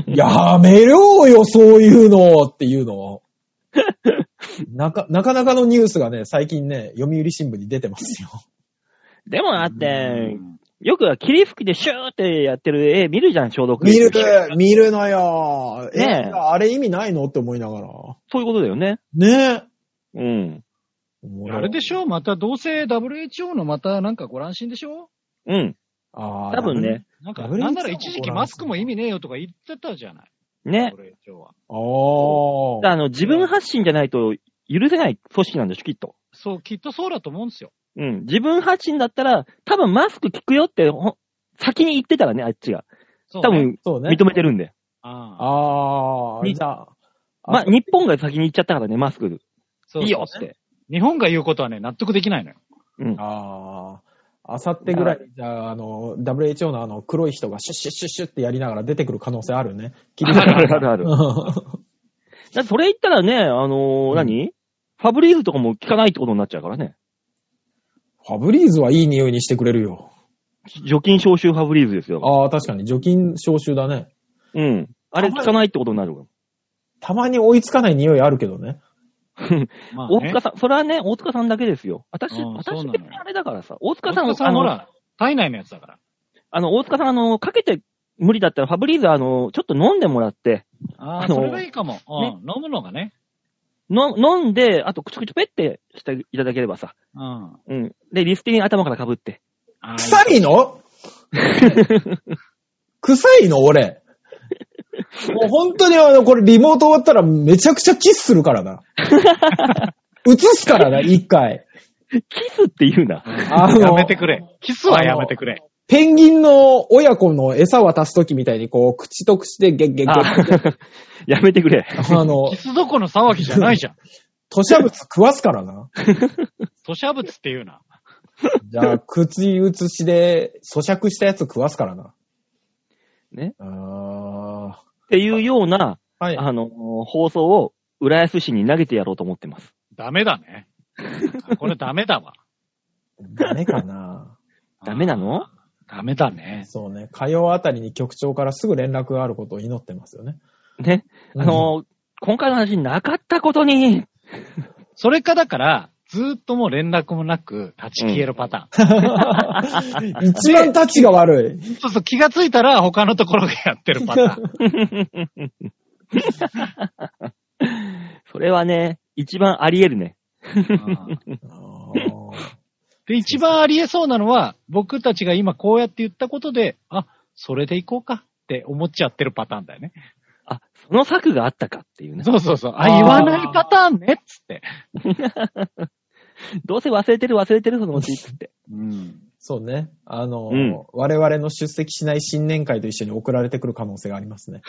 Speaker 3: やめろよ、そういうのっていうの を。なか、なかなかのニュースがね、最近ね、読売新聞に出てますよ。
Speaker 2: でもだって、よく霧吹きでシューってやってる絵見るじゃん、消毒
Speaker 3: 見る、見るのよ。え、
Speaker 2: ねえ
Speaker 3: あれ意味ないのって思いながら。
Speaker 2: そういうことだよね。
Speaker 3: ね
Speaker 2: うん。
Speaker 3: え。
Speaker 1: あれでしょまた、どうせ WHO のまたなんかご乱心でしょ
Speaker 2: うん。
Speaker 3: あー
Speaker 2: 多分。ね。
Speaker 1: なんか、
Speaker 3: WHO
Speaker 1: なんなら一時期マスクも意味ねえよとか言ってたじゃない。
Speaker 2: ね。
Speaker 1: WHO は。
Speaker 3: あー
Speaker 2: あの、自分発信じゃないと許せない組織なんでしょ、きっと。
Speaker 1: そう、きっとそうだと思うんですよ。
Speaker 2: うん。自分発信だったら、多分マスク効くよって、ほん先に言ってたらね、あっちが。
Speaker 1: そうね、
Speaker 2: 多分、
Speaker 3: そうね。
Speaker 2: 認めてるんで。
Speaker 1: ああ。
Speaker 3: ああ、
Speaker 2: に
Speaker 3: じゃあ。
Speaker 2: ま、日本が先に言っちゃったからね、マスク。
Speaker 1: そうそう
Speaker 2: いいよって。
Speaker 1: 日本が言うことはね、納得できないのよ。
Speaker 2: うん。
Speaker 3: ああ、あさってぐらいに、じゃあ、あの、WHO のあの、黒い人がシュッシュッシュッシュッってやりながら出てくる可能性あるね。切り
Speaker 2: あ
Speaker 3: 替
Speaker 2: る
Speaker 3: え
Speaker 2: あるあるある。だってそれ言ったらね、あのー
Speaker 3: うん
Speaker 2: 何ファブリーズとかも効かないってことになっちゃうからね。
Speaker 3: ファブリーズはいい匂いにしてくれるよ。
Speaker 2: 除菌消臭ファブリーズですよ。
Speaker 3: ああ、確かに除菌消臭だね。
Speaker 2: うん。あれ効かないってことになるから。
Speaker 3: たまに追いつかない匂いあるけどね。
Speaker 1: まあ
Speaker 2: 大
Speaker 1: ね、
Speaker 2: 塚さん、それはね、大塚さんだけですよ。私、
Speaker 1: うんそう
Speaker 2: 私
Speaker 1: なのよ
Speaker 2: 別にあれだからさ、大塚さん、
Speaker 1: 大塚さん
Speaker 2: あの
Speaker 1: ほら、体内のやつだから。
Speaker 2: あの、大塚さん、あの、かけて無理だったら、ファブリーズ、あの、ちょっと飲んでもらって、
Speaker 1: あ
Speaker 2: あ
Speaker 1: あ、
Speaker 2: の
Speaker 1: それがいいかも。うん
Speaker 2: ね
Speaker 1: 飲むのがね。
Speaker 2: の飲んで、あと、くちゅくちゅぺってしていただければさ、
Speaker 1: うん。あ
Speaker 2: うん。で、リスティン頭から被って。
Speaker 1: あ
Speaker 3: 臭いの臭いの俺。もう本当にあの、これリモート終わったらめちゃくちゃキスするからな。映すからな、一回。
Speaker 2: キスって言うな。
Speaker 3: あの
Speaker 1: やめてくれ。キスはやめてくれ。
Speaker 3: ペンギンの親子の餌渡すときみたいに、こう、口と口でゲッゲッゲッ。
Speaker 2: あ やめてくれ。
Speaker 3: あの
Speaker 1: キ、スどこの騒ぎじゃないじゃん。
Speaker 3: 土砂物食わすからな。
Speaker 1: 吐砂物っていうな。
Speaker 3: じゃあ、口移しで咀嚼したやつ食わすからな。
Speaker 2: ね。
Speaker 3: あー
Speaker 2: っていうような、
Speaker 3: はい。
Speaker 2: あの、放送を浦安市に投げてやろうと思ってます。
Speaker 1: ダメだね。これダメだわ。
Speaker 3: ダメかな。
Speaker 2: ダメなの
Speaker 1: ダメだね。
Speaker 3: そうね。火曜あたりに局長からすぐ連絡があることを祈ってますよね。
Speaker 2: ね。 あの、今回の話なかったことに、
Speaker 1: それかだから、ずーっともう連絡もなく、立ち消えるパターン。
Speaker 3: うん、一番立ちが悪い。
Speaker 1: そうそう、気がついたら他のところがやってるパターン。
Speaker 2: それはね、一番あり得るね。
Speaker 1: うん
Speaker 3: あ
Speaker 1: で、一番ありえそうなのは、僕たちが今こうやって言ったことで、あ、それでいこうかって思っちゃってるパターンだよね。
Speaker 2: あ、その策があったかっていうね。
Speaker 1: そうそうそう。あ、
Speaker 3: あー
Speaker 1: 言わないパターンねっつって。
Speaker 2: どうせ忘れてる忘れてるそのうちっつって。
Speaker 1: うん。
Speaker 3: ーそうね。あの、
Speaker 2: うん
Speaker 3: 我々の出席しない新年会と一緒に送られてくる可能性がありますね。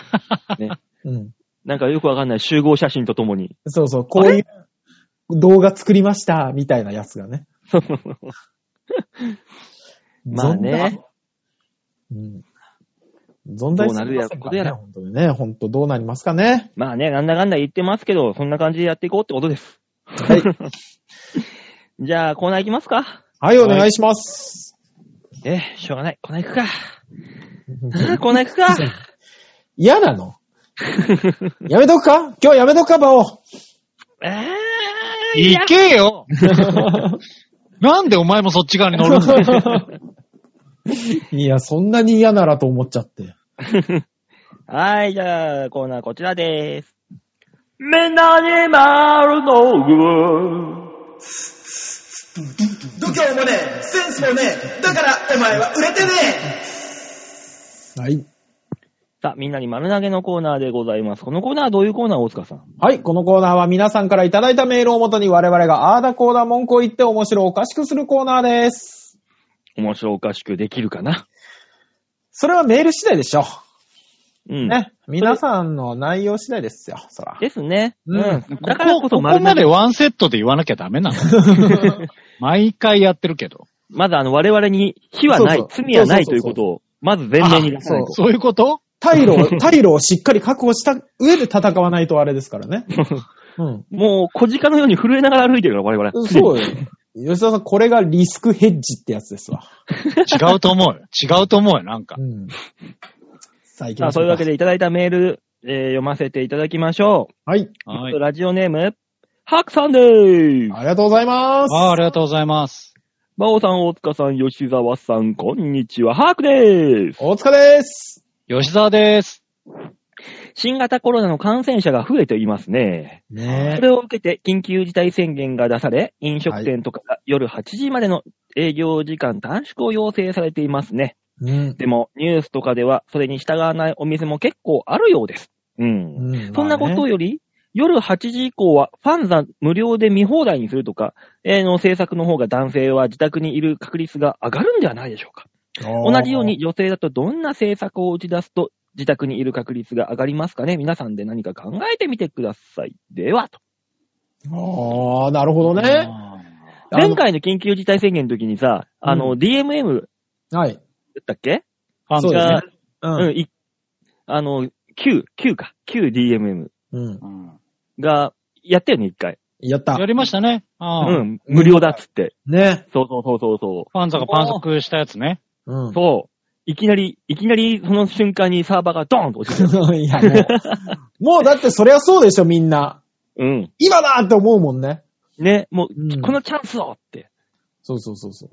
Speaker 2: ね
Speaker 3: うん。
Speaker 2: なんかよくわかんない集合写真とともに。
Speaker 3: そうそう、こういう動画作りました、みたいなやつがね。
Speaker 2: まあね。
Speaker 3: うん。存在するやつ
Speaker 2: どうなるやら
Speaker 3: 本当にね、本当どうなりますかね。
Speaker 2: まあね、なんだかんだ言ってますけど、そんな感じでやっていこうってことです。
Speaker 3: はい。
Speaker 2: じゃあ、コーナー行きますか。
Speaker 3: はい、お願いします。
Speaker 2: え、しょうがない。コーナー行くか。あーコーナー行く か。
Speaker 3: 嫌なの やめとくか今日やめとくか、バオ。
Speaker 2: えー、
Speaker 1: 行けよ なんでお前もそっち側に乗るんだよ。
Speaker 3: いや、そんなに嫌ならと思っちゃって。
Speaker 2: はい、じゃあ、コーナーこちらでーす。みんなに丸の
Speaker 4: 度胸もねえ、センスもねえ、だからお前は売れてねえ
Speaker 3: はい。
Speaker 2: さあ、みんなに丸投げのコーナーでございます。このコーナーはどういうコーナー、大塚さん
Speaker 3: はい、このコーナーは皆さんからいただいたメールをもとに我々があーだこーだ文句を言って面白おかしくするコーナーです。
Speaker 2: 面白おかしくできるかな
Speaker 3: それはメール次第でしょ。
Speaker 2: うん。
Speaker 3: ね、皆さんの内容次第ですよ、そら。
Speaker 2: ですね。
Speaker 3: うん
Speaker 2: うん。だからこ
Speaker 1: こここ
Speaker 2: そ
Speaker 1: こ
Speaker 2: 丸
Speaker 1: ま
Speaker 2: 投げ。
Speaker 1: でワンセットで言わなきゃダメなの。 毎回やってるけど。
Speaker 2: まず、あの、我々に非はない
Speaker 3: そう、そう
Speaker 2: 罪はない
Speaker 3: そ
Speaker 2: と
Speaker 3: う
Speaker 2: いう
Speaker 3: そうそう
Speaker 2: ことを、まず前面に出さないと。
Speaker 1: そういうこと
Speaker 3: 退路を、 退路をしっかり確保した上で戦わないとあれですからね。 うん。
Speaker 2: もう、小鹿のように震えながら歩いてるから、我々。
Speaker 3: そうよ。吉田さん、これがリスクヘッジってやつですわ。
Speaker 1: 違うと思うよ。違うと思うよ、なんか
Speaker 3: う。ん。さあ行き
Speaker 2: さ
Speaker 3: ま
Speaker 2: あ、
Speaker 3: しょ
Speaker 2: そう
Speaker 3: う。
Speaker 2: いうわけ。でいただいたメール、えー読ませていただきましょ
Speaker 3: はい。
Speaker 2: う。
Speaker 1: はい。
Speaker 2: ラジオネーム、ハクさんでーす。
Speaker 3: ありがとうございます。
Speaker 1: あーありがとうございます。
Speaker 2: 馬王さん、大塚さん、吉沢さん、こんにちは。ハークでーす。
Speaker 3: 大塚です。
Speaker 1: 吉沢です。
Speaker 2: 新型コロナの感染者が増えていますね。
Speaker 3: ね
Speaker 2: それを受けて緊急事態宣言が出され、飲食店とかが夜8時までの営業時間短縮を要請されていますね。
Speaker 3: うん。
Speaker 2: でも、ニュースとかではそれに従わないお店も結構あるようです。うん。
Speaker 3: うん
Speaker 2: そんなこ
Speaker 3: まあ
Speaker 2: と
Speaker 3: ね
Speaker 2: より、夜8時以降はファンザ無料で見放題にするとか、えーの政策の方が男性は自宅にいる確率が上がるんではないでしょうか。同じように。女性だとどんな政策を打ち出すと自宅にいる確率が上がりますかね皆さんで何か考えてみてください。では、と。
Speaker 3: ああ、なるほどね。あの
Speaker 2: 前回の緊急事態宣言の時にさ、あの、
Speaker 3: う
Speaker 2: DMM だ
Speaker 3: はい。
Speaker 2: ったっけ
Speaker 1: ファン
Speaker 3: そうですね
Speaker 2: が
Speaker 1: が、
Speaker 3: う
Speaker 2: うん、いあの、9、9か。9DMM
Speaker 3: うん。
Speaker 1: うん
Speaker 2: が、やったよね、一回。
Speaker 3: やった
Speaker 1: や。りましたね。あー
Speaker 2: うん、無料だっつって。
Speaker 3: ね。
Speaker 2: そうそうそうそうそう。
Speaker 1: ファンザがパンクしたやつね。
Speaker 3: うん。
Speaker 2: そう。いきなり、いきなりその瞬間にサーバーがドーンと落ち てる。
Speaker 3: いや、もう。もうだってそりゃそうでしょ、みんな。
Speaker 2: うん。
Speaker 3: 今だって思うもんね。
Speaker 2: ね、もう、
Speaker 3: うん
Speaker 2: このチャンスをって。
Speaker 3: そうそうそうそう。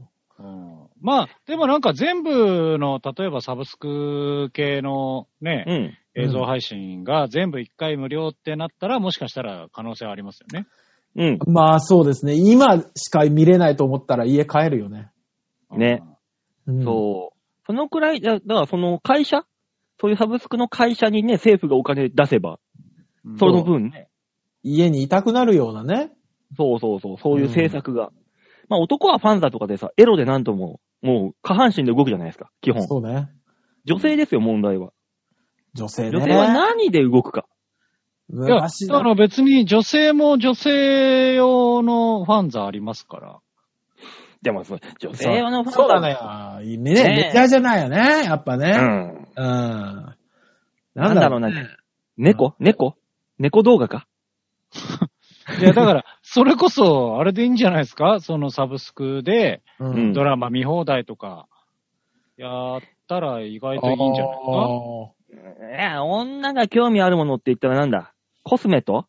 Speaker 1: まあ、でもなんか全部の、例えばサブスク系の
Speaker 2: う
Speaker 1: ね、
Speaker 2: ん。
Speaker 1: 映像配信が全部一回無料ってなったら、もしかしたら可能性はありますよね。
Speaker 2: うん。
Speaker 3: まあそうですね。今しか見れないと思ったら家帰るよね。
Speaker 2: ね
Speaker 3: うん
Speaker 2: そう。そのくらい、だだからその会社そういうサブスクの会社にね、政府がお金出せば、
Speaker 1: うん。
Speaker 2: その分ね。
Speaker 3: 家にいたくなるようなね。
Speaker 2: そうそうそう、そういう政策が。まあ男はファンだとかでさ、エロでなんとも、もう下半身で動くじゃないですか、基本。
Speaker 3: そうね。
Speaker 2: 女性ですよ、問題は。
Speaker 3: 女性ね。
Speaker 2: 女性は何で動くか。
Speaker 1: いや、
Speaker 3: 難しい
Speaker 1: だから別に女性も女性用のファンザありますから。
Speaker 2: でも、そう女性はのファンザ
Speaker 3: そうだね。あーねねメジャーじゃないよね。やっぱ
Speaker 2: う
Speaker 3: ね。
Speaker 2: ん。
Speaker 3: うん。な
Speaker 2: なんだろうな。猫猫猫動画か
Speaker 1: いや、だから、それこそ、あれでいいんじゃないですかそのサブスクで、
Speaker 3: う
Speaker 2: うん
Speaker 1: ドラマ見放題とか、やったら意外といいんじゃないです
Speaker 3: あ
Speaker 1: か
Speaker 3: ー
Speaker 2: えー女が興味あるものって言ったらなんだコスメと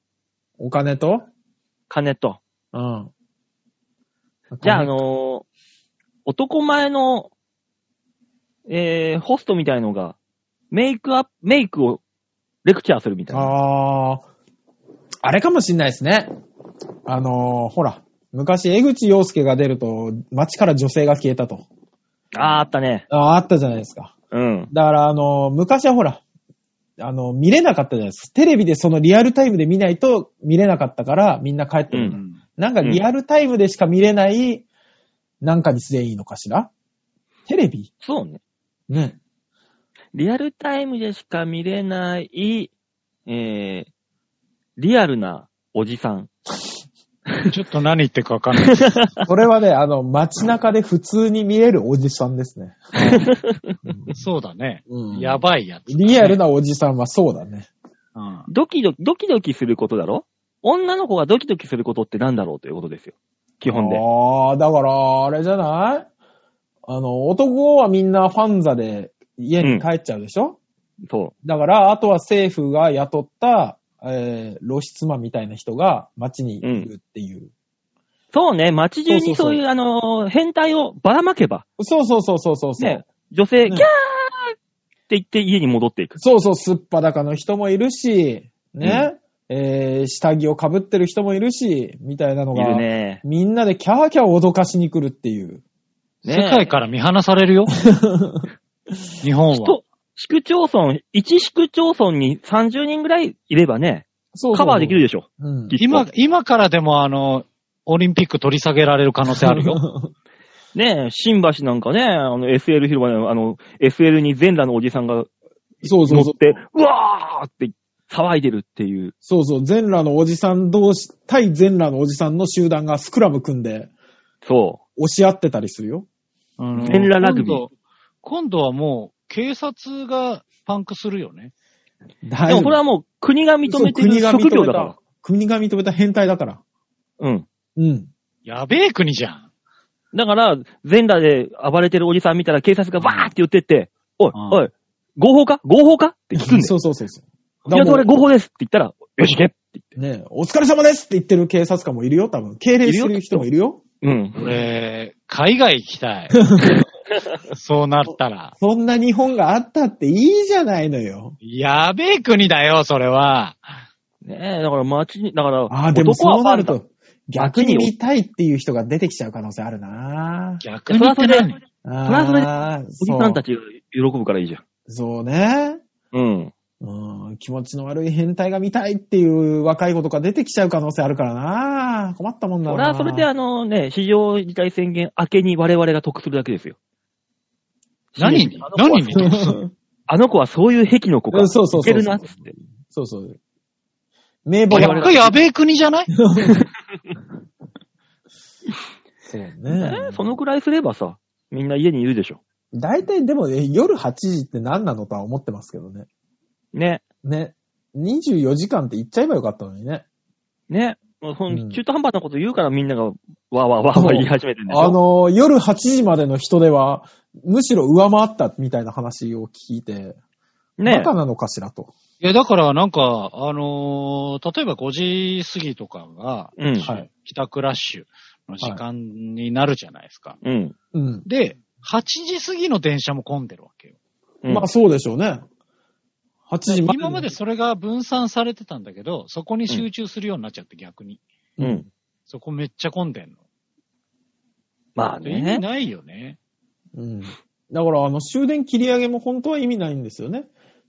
Speaker 3: お金と
Speaker 2: 金と。
Speaker 3: うん。
Speaker 2: じゃあ、あ、のー男前の、えー、ホストみたいのが、メイクアップ、メイクをレクチャーするみたいな。
Speaker 3: あーあれかもしんないですね。あのーほら、昔、江口洋介が出ると、街から女性が消えたと。
Speaker 2: あー、あったね。
Speaker 3: あーあったじゃないですか。
Speaker 2: うん。
Speaker 3: だから、あのー昔はほら、あのー見れなかったじゃないですか。テレビでそのリアルタイムで見ないと見れなかったから、みんな帰ってくる、
Speaker 2: う
Speaker 1: うん
Speaker 3: なんかリアルタイムでしか見れない、なんかにすればいいのかしらテレビ
Speaker 2: そうね。
Speaker 3: ね。
Speaker 2: リアルタイムでしか見れない、えー、リアルなおじさん。
Speaker 1: ちょっと何言ってるかわかんない。
Speaker 3: それはね、あの、街中で普通に見れるおじさんですね。
Speaker 1: そうだね。
Speaker 3: うん
Speaker 1: やばいやつ。
Speaker 3: リアルなおじさんはそうだね。
Speaker 1: うん
Speaker 2: ドキドキ、ドキドキすることだろ女の子がドキドキすることってなんだろうということですよ。基本で。
Speaker 3: ああ、だから、あれじゃないあの、男はみんなファンザで家に帰っちゃうでしょ、
Speaker 2: そう。
Speaker 3: だから、あとは政府が雇った、えー、露出マンみたいな人が街にいるっていう。
Speaker 2: そうね、街中に
Speaker 3: そう
Speaker 2: そ
Speaker 3: そうそうう
Speaker 2: いう、あのー、変態をばらまけば、
Speaker 3: そうそうそうそうそうそう。
Speaker 2: ね、女性、
Speaker 3: う
Speaker 2: キ
Speaker 3: ん
Speaker 2: ャーって言って家に戻っていく。
Speaker 3: そうそう、すっぱだかの人もいるし、ね、えー、下着をかぶってる人もいるし、みたいなの
Speaker 2: い
Speaker 3: が、
Speaker 2: るね。
Speaker 3: みんなでキャーキャー脅かしに来るっていう。
Speaker 2: ね
Speaker 1: 世界から見放されるよ。日本は。
Speaker 2: 人、市区町村、一市区町村に30人ぐらいいればね、
Speaker 3: そうそうそう
Speaker 2: カバーできる。でしょ。
Speaker 3: うん。
Speaker 2: きっと
Speaker 1: 今、今からでもあの、オリンピック取り下げられる可能性あ るよ。
Speaker 2: ねえ、新橋なんかね、あの SL 広場の、あの、SL に全裸のおじさんが
Speaker 3: そうそ
Speaker 2: 乗
Speaker 3: う
Speaker 2: っ
Speaker 3: そう。
Speaker 2: て、うわーって騒いでるっていう。
Speaker 3: そうそう、全裸のおじさん同士、対全裸のおじさんの集団がスクラム組んで、
Speaker 2: そ
Speaker 3: 押し合ってたりするよ。
Speaker 1: 全
Speaker 2: 全裸ラグビー
Speaker 1: 今度はもう、警察がパンクするよね。
Speaker 2: う。
Speaker 3: で
Speaker 2: でもこれはもう国が認めてる
Speaker 3: 国が認
Speaker 2: 職
Speaker 3: め
Speaker 2: 業だか
Speaker 3: た、国が認めた変態だから。
Speaker 2: ら。うん。
Speaker 3: うん。
Speaker 1: やべえ国じゃん。
Speaker 2: だから、全裸で暴れてるおじさん見たら警察がバーって言ってって、おい、
Speaker 1: うん
Speaker 2: おい、合法か合法かって聞くんだよ。
Speaker 3: そうそうそうそう。
Speaker 2: いや、それ
Speaker 3: だからも
Speaker 2: 合法ですって言ったら、よし行けって
Speaker 3: うねえお疲れ様ですって言ってる警察官もいるよ、多分。敬礼する人もいるよ。
Speaker 2: うん。
Speaker 1: 俺、海外行き たい。そうなったら。
Speaker 3: そんな日本があったっていいじゃないのよ。
Speaker 1: やべえ国だよ、それは。
Speaker 2: ねえ、だから街に、だから、
Speaker 3: ああ、でも
Speaker 2: 男
Speaker 3: そう
Speaker 2: は
Speaker 3: な
Speaker 2: パ
Speaker 3: る
Speaker 2: ンダ。
Speaker 3: と、逆に見たいっていう人が出てきちゃう可能性あるな
Speaker 1: 逆にっ
Speaker 2: れ
Speaker 1: て何
Speaker 2: はそれで
Speaker 3: ああ、
Speaker 2: おじ
Speaker 3: そ
Speaker 2: さんた
Speaker 3: う。
Speaker 2: ちが喜ぶからいいじゃん。
Speaker 3: そうね。
Speaker 2: うん。
Speaker 3: うん、気持ちの悪い変態が見たいっていう若い子とか出てきちゃう可能性あるからな困ったもんだ
Speaker 2: そ
Speaker 3: な
Speaker 2: れはそれで、あのね、非常事態宣言明けに我々が得するだけですよ。
Speaker 1: 何に
Speaker 2: あの子は
Speaker 1: 何に
Speaker 2: あの子はそういう癖の子
Speaker 3: う
Speaker 2: か。
Speaker 3: んそうそうそうそ
Speaker 2: いけ
Speaker 3: う
Speaker 2: るなっつって。
Speaker 3: そうそう。名簿
Speaker 1: 逆
Speaker 3: が。
Speaker 1: がやべえ国じゃない
Speaker 3: そうね。
Speaker 2: えーそのくらいすればさ、みんな家にいるでしょ。
Speaker 3: 大体でもね、夜8時って何なのとは思ってますけどね。
Speaker 2: ね。
Speaker 3: ね。24時間って言っちゃえばよかったのにね。
Speaker 2: ね。もうそ
Speaker 3: うん
Speaker 2: の中途半端なこと言うからみんながわーわーわーわー言い始めてるんでしょ。
Speaker 3: あの、夜8時までの人では、むしろ上回ったみたいな話を聞いて、
Speaker 2: ね
Speaker 3: バ。カなのかしらと。
Speaker 1: いや、だからなんか、あのー例えば5時過ぎとかが、
Speaker 2: うん。
Speaker 3: はい。
Speaker 1: 帰宅ラッシュの時間になるじゃないですか。
Speaker 2: うん。
Speaker 3: うん。
Speaker 1: で、8時過ぎの電車も混んでるわけよ。
Speaker 2: うん
Speaker 3: まあそうでしょうね。8時まで。
Speaker 1: 今までそれが分散されてたんだけど、そこに集中するようになっちゃって逆に。
Speaker 2: うん。
Speaker 1: そこめっちゃ混んでんの。
Speaker 2: まあ
Speaker 1: 意味
Speaker 2: ね。
Speaker 1: ないよね。
Speaker 3: うん。だから、あの、終電切り上げも本当は意味ないんですよね。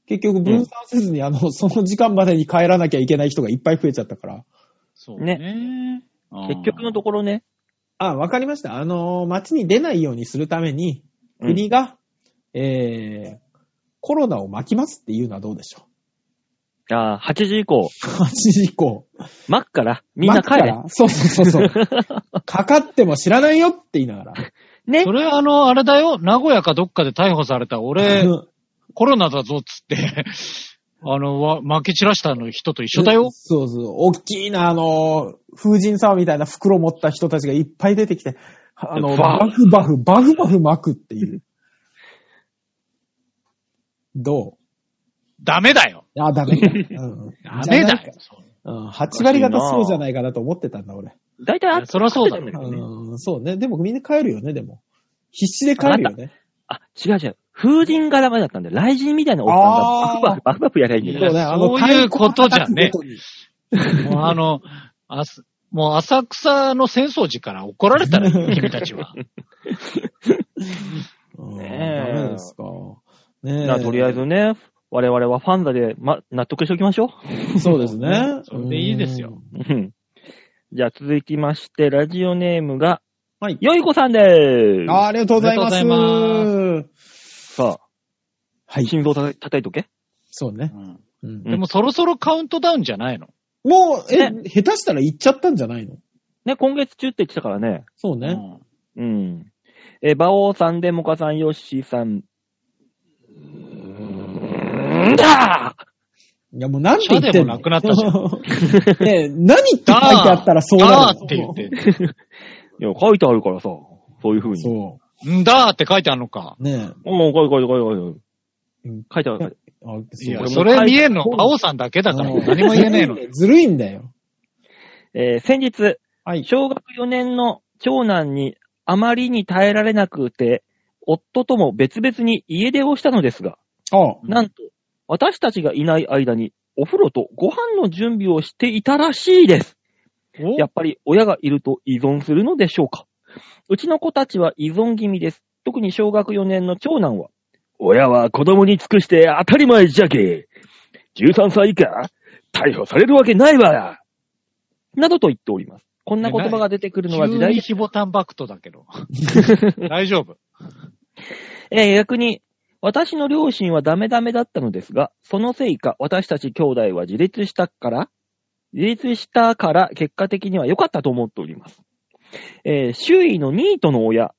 Speaker 3: 結局分散せずに、あの、その時間までに帰らなきゃいけない人がいっぱい増えちゃったから。
Speaker 1: そうね。うん
Speaker 2: 結局のところね。
Speaker 3: あ、わかりました。あのー街に出ないようにするために、
Speaker 2: うん
Speaker 3: 国が、えー、コロナを巻きますっていうのはどうで しょ
Speaker 2: ああ、8時以降、
Speaker 3: う ?8 時以降。
Speaker 2: マックから、みんな帰
Speaker 3: 巻くか
Speaker 2: れ。
Speaker 3: らそうそうそ うそう。かかっても知らないよって言いながら。
Speaker 2: ね
Speaker 1: そ。れあの、あれだよ、名古屋かどっかで逮捕された 俺、コロナだぞっつって、 あの、わ負け散らしたの人と一緒だよ。
Speaker 3: そうそう。大きいな、あのー、風神様みたいな袋持った人たちがいっぱい出てきて、あの、バ
Speaker 2: バ
Speaker 3: フバフ、バフバフ巻くっていう。ど
Speaker 1: ダメだよ
Speaker 3: うあ、ダ メだ。うん、
Speaker 1: ダメだよ
Speaker 3: うん、8割方そうじゃないかなと思ってたんだ、俺。
Speaker 2: 大体あっ
Speaker 1: そりゃそうだろ
Speaker 2: 帰れたんけどね
Speaker 3: うん、そうね。でもみんな帰るよね、でも。必死で帰るよね。
Speaker 2: あ、違う違う。風神がダメだったんだよ。雷神みたいなおっさんがバフバフ、バフバフやりゃいいんだ
Speaker 1: あ
Speaker 2: よ。
Speaker 1: ーそういうことじゃね
Speaker 3: 太鼓叩くごとに
Speaker 1: もうあの、あすもう浅草の戦争時から怒られたらいいよ、君たちは。
Speaker 3: うん
Speaker 2: ねえ
Speaker 3: ダメですか。ね
Speaker 2: だ
Speaker 3: え。
Speaker 2: からとりあえずね、我々はファンザで、ま、納得しておきましょ
Speaker 3: そうですね。
Speaker 1: それでいいですよ
Speaker 2: う。うんじゃあ続きまして、ラジオネームが、
Speaker 3: はい
Speaker 2: よいこさんで
Speaker 3: う
Speaker 2: ー
Speaker 3: ん。あありがとうございます。
Speaker 1: ありがとうご
Speaker 2: す。さ
Speaker 3: は
Speaker 2: あ、
Speaker 3: い。
Speaker 2: 心臓た叩いとけ。
Speaker 3: そう
Speaker 1: う
Speaker 3: ね。
Speaker 1: ん
Speaker 3: うん
Speaker 1: でもそろそろカウントダウンじゃないの
Speaker 3: もう、え、
Speaker 2: ね
Speaker 3: 下手したら行っちゃったんじゃないの
Speaker 2: ね、今月中って言ってたからね。
Speaker 3: そう
Speaker 1: う
Speaker 3: ね。
Speaker 1: ん
Speaker 2: うん。えー、馬王さん、デモカさん、ヨッシーさん。んーだ
Speaker 3: いや、もうなんて
Speaker 1: シ
Speaker 3: 言
Speaker 1: ャ
Speaker 3: っ
Speaker 1: で
Speaker 3: て
Speaker 1: も
Speaker 3: んの
Speaker 1: なくなったじゃ
Speaker 3: ねえ何って書いてあったらそうな
Speaker 1: だ
Speaker 3: る
Speaker 1: ーって言って。
Speaker 2: ーいや、書いてあるからさ、そういう風に。
Speaker 3: そ
Speaker 1: んだーって書いてあるのか。
Speaker 3: う。ね
Speaker 2: おー、書いてある、書いて
Speaker 3: え。う
Speaker 2: ある。
Speaker 3: ん
Speaker 2: 書いてある。書いてある。
Speaker 3: あ
Speaker 1: い
Speaker 3: そう
Speaker 1: や、それ見えんの、馬王さんだけだから、何も言えねえの。
Speaker 3: ずるいんだよ。
Speaker 2: えー先日、
Speaker 3: はい。
Speaker 2: 小学4年の長男にあまりに耐えられなくて、夫とも別々に家出をしたのですが、
Speaker 3: あ
Speaker 1: うん
Speaker 2: なんと、私たちがいない間に、お風呂とご飯の準備をしていたらしいです。
Speaker 1: お
Speaker 2: やっぱり親がいると依存するのでしょうか。うちの子たちは依存気味です。特に小学4年の長男は、親は子供に尽くして当たり前じゃけ。13歳以下逮捕されるわけないわなどと言っております。こんな言葉が出てくるのは時
Speaker 1: 急
Speaker 2: 代
Speaker 1: にヒボタンバクトだけど。大丈夫。
Speaker 2: えー逆に、私の両親はダメダメだったのですが、そのせいか、私たち兄弟は自立したから、自立したから、結果的には良かったと思っております。えー周囲のニートの親、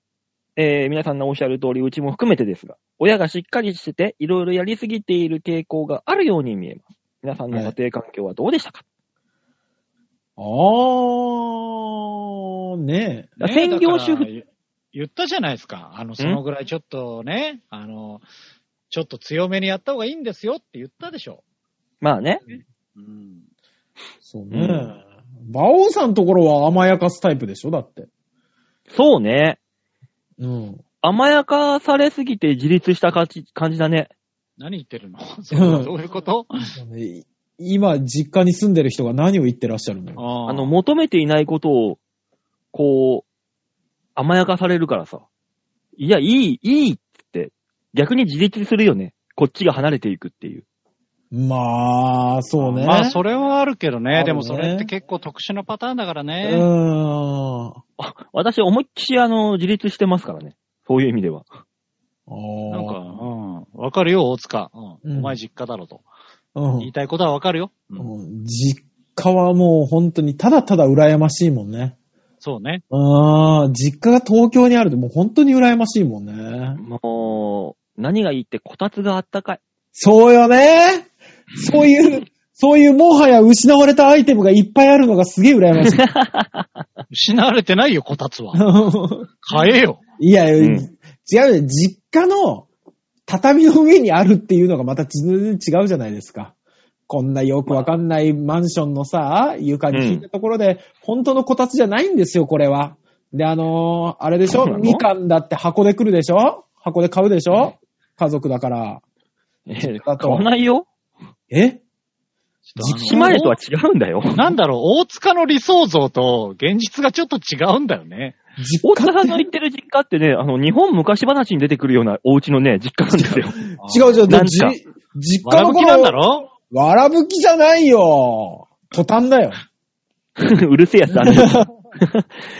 Speaker 2: えー皆さんのおっしゃる通り、うちも含めてですが、親がしっかりしてて、いろいろやりすぎている傾向があるように見えます。皆さんの家庭環境はどうでしたか、
Speaker 3: あー、ね
Speaker 2: だから専業主婦
Speaker 1: ねえだから言ったじゃないですか。あの、そのぐらいちょっとね、あの、ちょっと強めにやった方がいいんですよって言ったでしょ。
Speaker 2: まあね。
Speaker 1: うん。
Speaker 3: そう
Speaker 2: う
Speaker 3: ね。馬王さんのところは甘やかすタイプでしょだって。
Speaker 2: そうね。
Speaker 3: うん。
Speaker 2: 甘やかされすぎて自立した感じ感じだね。
Speaker 1: 何言ってるのそれはどういうこと
Speaker 3: 今、実家に住んでる人が何を言ってらっしゃるのよ。
Speaker 1: あ
Speaker 2: あの、、求めていないことを、こう、甘やかされるからさ。いや、いい、いいっつって、逆に自立するよね。こっちが離れていくっていう。
Speaker 3: まあ、そうね。
Speaker 1: まあ、それはあるけどね。
Speaker 3: あるね
Speaker 1: でもそれって結構特殊なパターンだから
Speaker 3: う
Speaker 1: ね。
Speaker 3: ーん。
Speaker 2: あ、私思いっきりあの、自立してますからね。そういう意味では。
Speaker 3: な
Speaker 1: なんか、うん。わかるよ、大塚。うん。
Speaker 3: うん
Speaker 1: お前実家だろと。
Speaker 3: うん
Speaker 1: 言いたいことはわかるよ。うん
Speaker 3: うん実家はもう本当にただただ羨ましいもんね。
Speaker 1: そうね。
Speaker 3: ああ、実家が東京にあるともう本当に羨ましいもんね。
Speaker 2: もう、何がいいって、こたつがあったかい。
Speaker 3: そうよね。そういう、そういうもはや失われたアイテムがいっぱいあるのがすげえ羨 ましい。
Speaker 1: 失われてないよ、こたつは。買えよ。
Speaker 3: いや、
Speaker 2: ん
Speaker 3: 違うよ。実家の畳の上にあるっていうのがまた全然違うじゃないですか。こんなよくわかんないマンションのさ、床に引いたところで、本当のこたつじゃないんですよ、これは。で、あのーあれでし
Speaker 2: そ
Speaker 3: ょ
Speaker 2: うなの
Speaker 3: みかんだって箱で来るでしょ箱で買うでしょ家族だから。
Speaker 2: え
Speaker 3: だと
Speaker 2: 買わないよ。
Speaker 3: え
Speaker 2: 実家までとは違うんだよ。
Speaker 1: なんだろう、大塚の理想像と現実がちょっと違うんだよね。
Speaker 3: 実
Speaker 2: 大
Speaker 3: 家
Speaker 2: 阪の言ってる実家ってね、あの、日本昔話に出てくるようなお家のね、実家なんですよ。
Speaker 3: 違う違う、
Speaker 2: なんか
Speaker 3: じ実家
Speaker 1: わら
Speaker 3: のこ
Speaker 1: ぶき
Speaker 3: の
Speaker 1: なんだろ
Speaker 3: わらぶきじゃないよ。トタンだよ。
Speaker 2: うるせえやつだね。バ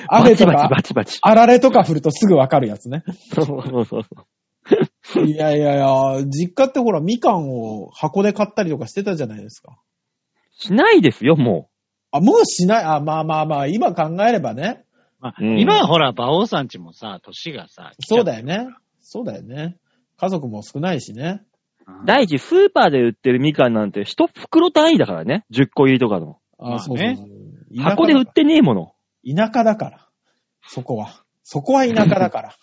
Speaker 3: 雨
Speaker 2: チ
Speaker 3: と
Speaker 2: バチ
Speaker 3: か
Speaker 2: バ、チバチ。
Speaker 3: あられとか降るとすぐわかるやつね。
Speaker 2: そうそうそう。
Speaker 3: いやいやいや、実家ってほら、みかんを箱で買ったりとかしてたじゃないですか。
Speaker 2: しないですよ、も
Speaker 3: あ、もうしない。あ、まあまあまあ、今考えればね。
Speaker 1: まあ
Speaker 2: うん
Speaker 1: 今ほら、馬王さんちもさ、年がさ、
Speaker 3: そうだよね。そうだよね。家族も少ないしね。
Speaker 2: う。第一、スーパーで売ってるみかんなんて、一袋単位だからね。10個入りとかの。
Speaker 1: まあ
Speaker 3: そう
Speaker 1: ね
Speaker 3: そうそう田舎だ
Speaker 2: 箱で売ってねえもの。
Speaker 3: 田舎だから。そこは。そこは田舎 だから。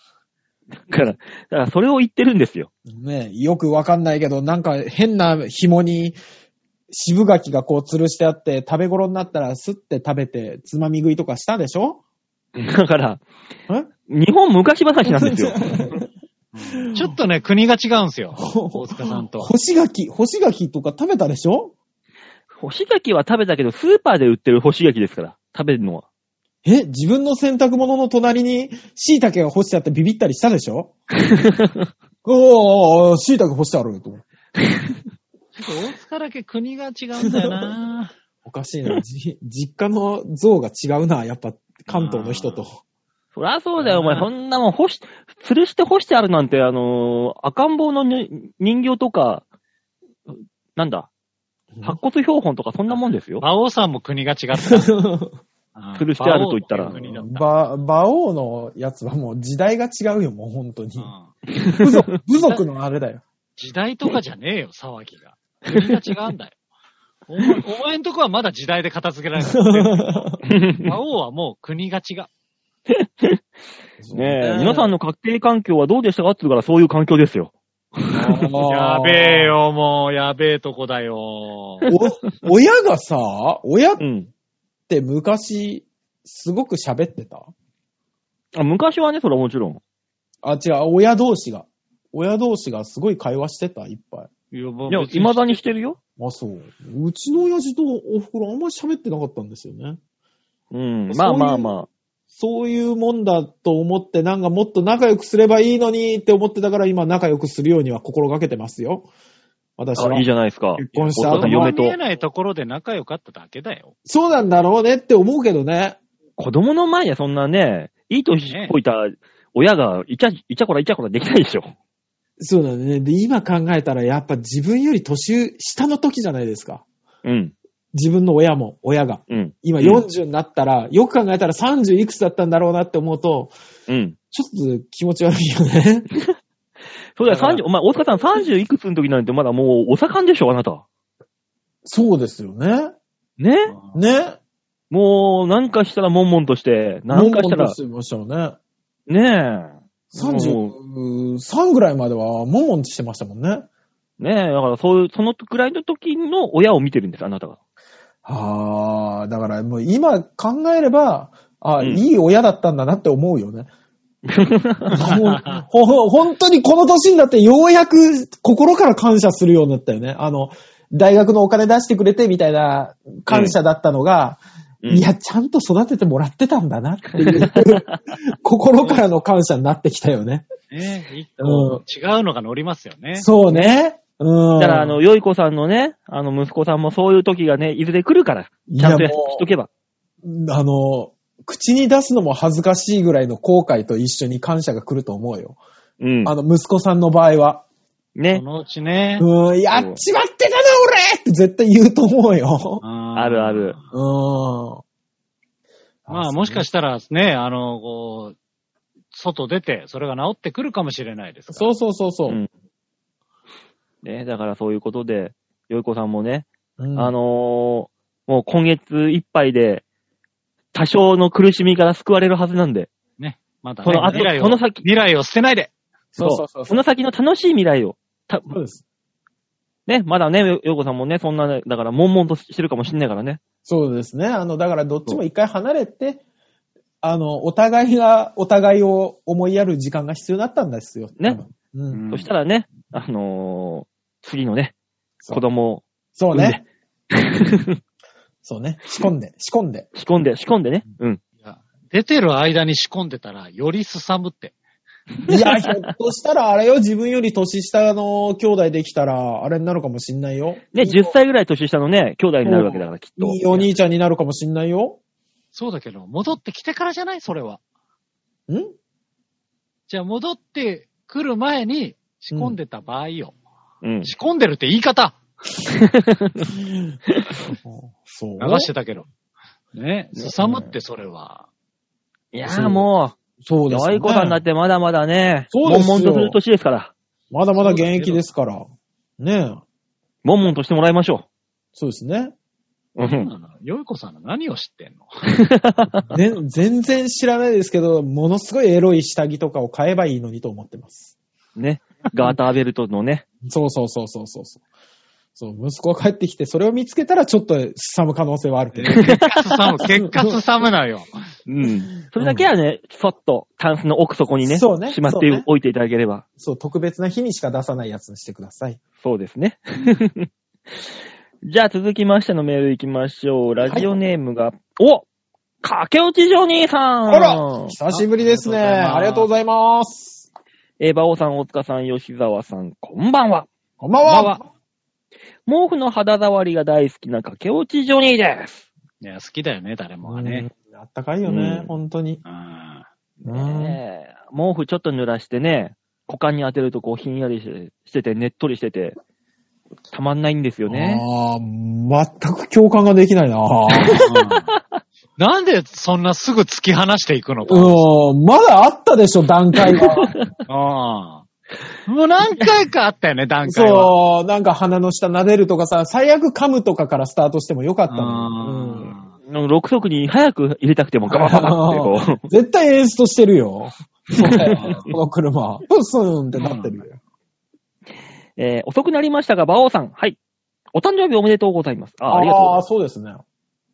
Speaker 2: だから、だからそれを言ってるんですよ。
Speaker 3: ねよくわかんないけど、なんか変な紐に渋柿がこう吊るしてあって、食べ頃になったらスッて食べて、つまみ食いとかしたでしょ
Speaker 2: だから、
Speaker 3: え
Speaker 2: 日本昔話なん ですよ。
Speaker 1: うんちょっとね、国が違うんですよ。大塚さんと。
Speaker 3: 干し柿、干し柿とか食べたでしょ
Speaker 2: 干し柿は食べたけど、スーパーで売ってる干し柿ですから、食べるのは。
Speaker 3: え、自分の洗濯物の隣に椎茸が干してあってビビったりしたでし ょおーおーおー、椎茸干してあるよと思って。
Speaker 1: ちょっと大塚だけ国が違うんだよな
Speaker 3: おかしいな。じ実家の像が違うな、やっぱ関東の人と。
Speaker 2: そりゃそうだよ、
Speaker 1: う
Speaker 2: お
Speaker 1: ん
Speaker 2: 前。そんなもん、干し、吊るして干してあるなんて、あのー赤ん坊のに人形とか、なんだ、白骨標本とかそんなもんですよ。
Speaker 1: 馬王さんも国が違った。
Speaker 2: 吊るしてあると言ったら
Speaker 1: 馬王も国だった
Speaker 3: ば、馬王のやつはもう時代が違うよ、もう本当に。
Speaker 1: うん
Speaker 3: 部族、部族のあれだよ。
Speaker 1: 時代とかじゃねえよ、騒ぎが。国が違うんだよ。お前お前んとこはまだ時代で片付けられない。馬王はもう国が違う。
Speaker 2: ねえ、皆さんの家庭環境はどうでしたかっていうから、そういう環境ですよ。
Speaker 1: や
Speaker 3: や
Speaker 1: べえ。よ、もう、やべえとこだよ。
Speaker 3: お、親がさ、親っ
Speaker 2: うん。
Speaker 3: て昔、すごく喋ってた
Speaker 2: あ昔はね、それはもちろん。
Speaker 3: あ、違う、親同士が。親同士がすごい会話してた、いっぱい。
Speaker 1: いや、も
Speaker 2: いや、未だにしてるよ。
Speaker 3: あ、そう。うちの親父とお袋あんまり喋ってなかったんですよね。
Speaker 2: うん。
Speaker 3: そ
Speaker 2: まあ
Speaker 3: ういう
Speaker 2: まあま
Speaker 3: そういうもんだと思って、なんかもっと仲良くすればいいのにって思ってたから、今仲良くするようには心がけてますよ。私
Speaker 2: あ。
Speaker 3: は。
Speaker 2: あいいじゃないですか。
Speaker 3: 結婚した
Speaker 2: お父さ
Speaker 3: 後
Speaker 2: ん
Speaker 3: も
Speaker 2: 嫁。
Speaker 1: 見えないところで仲良かっただけだよ。
Speaker 3: そうなんだろうねって思うけどね。
Speaker 2: 子供の前でそんなね、いい年こいた親がいちゃ、いちゃこらいちゃこらできないでしょ。
Speaker 3: そうだね。で、今考えたら、やっぱ自分より年下の時じゃないですか。
Speaker 2: うん。
Speaker 3: 自分の親も、親が。
Speaker 2: うん。
Speaker 3: 今
Speaker 2: うん
Speaker 3: 40になったら、よく考えたら30いくつだったんだろうなって思うと、
Speaker 2: うん。
Speaker 3: ちょっと気持ち悪いよね。
Speaker 2: そうだよ、
Speaker 3: だから
Speaker 2: 30、お前、大塚さん30いくつの時なんてまだもうお盛んでしょ、あなた。
Speaker 3: そうですよね。
Speaker 2: ね
Speaker 3: ね。
Speaker 2: もう、なんかしたら悶々として、なんかしたら
Speaker 3: 悶々と、してましたよね。
Speaker 2: ねえ。
Speaker 3: 33ぐらいまでは、もんもんしてましたもんね。
Speaker 2: ねえ、だからそういう、そのぐらいの時の親を見てるんです、あなた が。
Speaker 3: ああ、だからもう今考えれば、あ、
Speaker 2: うん
Speaker 3: いい親だったんだなって思う よね。もうほほ本当にこの年になってようやく心から感謝するようになったよね。あの、大学のお金出してくれてみたいな感謝だったのが、
Speaker 2: うん
Speaker 3: いや、ちゃんと育ててもらってたんだなっていう、 心からの感謝になってきたよね。
Speaker 1: ねえ、一
Speaker 3: う
Speaker 1: 個違うのが乗りますよね。
Speaker 3: そうね。うん。
Speaker 2: だから、あの、よい子さんのね、あの、息子さんもそういう時がね、いずれ来るから、
Speaker 3: い
Speaker 2: ちゃ
Speaker 3: や
Speaker 2: んとやっ
Speaker 3: もう
Speaker 2: とけば。
Speaker 3: あの、口に出すのも恥ずかしいぐらいの後悔と一緒に感謝が来ると思うよ。
Speaker 2: うん。
Speaker 3: あの、息子さんの場合は。
Speaker 1: そ
Speaker 2: ね。
Speaker 1: のうちね。
Speaker 3: うん、やっちまってたな、俺って絶対言うと思うよ。
Speaker 1: あ
Speaker 2: あるあ。る。
Speaker 3: うん。
Speaker 1: まあもしか
Speaker 3: し
Speaker 1: したらね、あの、こう、外出て、それが治ってくるかもしれないですから。
Speaker 3: そうそうそうそうう。
Speaker 2: ん。ね、だからそういうことで、よい子さんもね、
Speaker 3: うん
Speaker 2: あのー、もう今月いっぱいで、多少の苦しみから救われるはずなんで、
Speaker 1: ね。まだ、ね、
Speaker 2: その後
Speaker 1: 未来を
Speaker 2: その先
Speaker 1: 未来を捨てないで。
Speaker 3: そうそうそう
Speaker 2: その先の楽しい未来を、た
Speaker 3: そうです。
Speaker 2: ね、まだね、よよい子さんもね、そんなね、だから、悶々としてるかもしんないからね。
Speaker 3: そうですね。あの、だからどっちも一回離れて、あの、お互いが、お互いを思いやる時間が必要だったんですよ。
Speaker 2: ね
Speaker 3: 多分。うん。
Speaker 2: そしたらね、あのー次のね、
Speaker 3: そう
Speaker 2: 子供を
Speaker 3: そうね。 そうね。仕込んで、仕込んで。
Speaker 2: 仕込んで、仕込んでね。うん。
Speaker 1: いや出てる間に仕込んでたら、よりすさむって。
Speaker 3: いや、ひょっとしたらあれよ、自分より年下の兄弟できたら、あれになるかもしんないよ。
Speaker 2: ね、
Speaker 3: いいよ
Speaker 2: 10歳ぐらい年下のね、兄弟になるわけだから、きっと。
Speaker 3: いいお兄ちゃんになるかもしんないよ。
Speaker 1: そうだけど、戻ってきてからじゃないそれは。
Speaker 3: ん
Speaker 1: じゃあ戻ってくる前に仕込んでた場合よ。
Speaker 2: うん。
Speaker 1: 仕込んでるって言い方
Speaker 3: そう。
Speaker 1: 流してたけど。ね。すさむってそれは。
Speaker 2: いや
Speaker 3: そ
Speaker 2: ー
Speaker 3: う
Speaker 2: も
Speaker 3: そう
Speaker 2: う、
Speaker 3: です
Speaker 2: よ
Speaker 3: よ、
Speaker 2: い子さんだっ
Speaker 3: ね。
Speaker 2: てまだまだね、
Speaker 3: そうですよ
Speaker 2: 悶々とする年ですから、
Speaker 3: まだまだ現役ですから。ねえ。
Speaker 2: 悶々としてもらいましょ
Speaker 3: そうですね。
Speaker 2: う。う。
Speaker 1: そうんなのよいこさんの何を知ってんの
Speaker 3: ぜん全然知らないですけど、ものすごいエロい下着とかを買えばいいのにと思ってます。
Speaker 2: ね。ガーターベルトのね、
Speaker 3: そうそうそうそうそうそう。そう、息子が帰ってきて、それを見つけたらちょっとすむ可能性はあるけ ど。
Speaker 1: 結果すさむ、結果すさむなよ。
Speaker 2: うん。それだけはね、そっと、タンスの奥底にね、
Speaker 3: そうね
Speaker 2: しまっ
Speaker 3: そう
Speaker 2: て
Speaker 3: ね
Speaker 2: おいていただければ。
Speaker 3: そう、特別な日にしか出さないやつにしてください。
Speaker 2: そうですね。 じゃあ続きましてのメール行きましょう。ラジオネームが、お駆け落ちジョニーさん
Speaker 3: あら久しぶりですね。あ
Speaker 1: あ
Speaker 3: りが
Speaker 1: りが
Speaker 3: と
Speaker 1: と
Speaker 3: う
Speaker 1: う
Speaker 3: ございます。
Speaker 2: えー、馬王さん、大塚さん、吉沢さん、こんばんは。
Speaker 3: こんばん
Speaker 1: こんばん
Speaker 3: は。
Speaker 1: は
Speaker 2: 毛布の肌触りが大好きな駆け落ちジョニーです。
Speaker 1: いや、好きだよね、誰もがね。
Speaker 3: うんあったかいよね、
Speaker 2: うん
Speaker 3: 本当に。
Speaker 1: うん。
Speaker 3: うん
Speaker 2: ねえ毛布ちょっと濡らしてね、股間に当てるとこうひんやりしてしてて、ねっとりしてて、たまんないんですよね。
Speaker 3: ああ、全く共感ができないな。
Speaker 1: なんでそんなすぐ突き放していくの か。
Speaker 3: うん、まだあったでしょ、 段階は。
Speaker 1: ああ。もう何回かあったよね、段階は。
Speaker 3: そう、なんか鼻の下撫でるとかさ、最悪噛むとかからスタートしてもよかったのに。うん
Speaker 2: 6足に早く入れたくてもガバガバってこ
Speaker 3: 絶対エースとしてるよ。 そうだよこの車。プスンってなってるよ。
Speaker 2: う、えー遅くなりましたが、馬王さん、はい。お誕生日おめでとうございます。あありがとうござい
Speaker 3: あ
Speaker 2: ま
Speaker 3: ー、そうですね。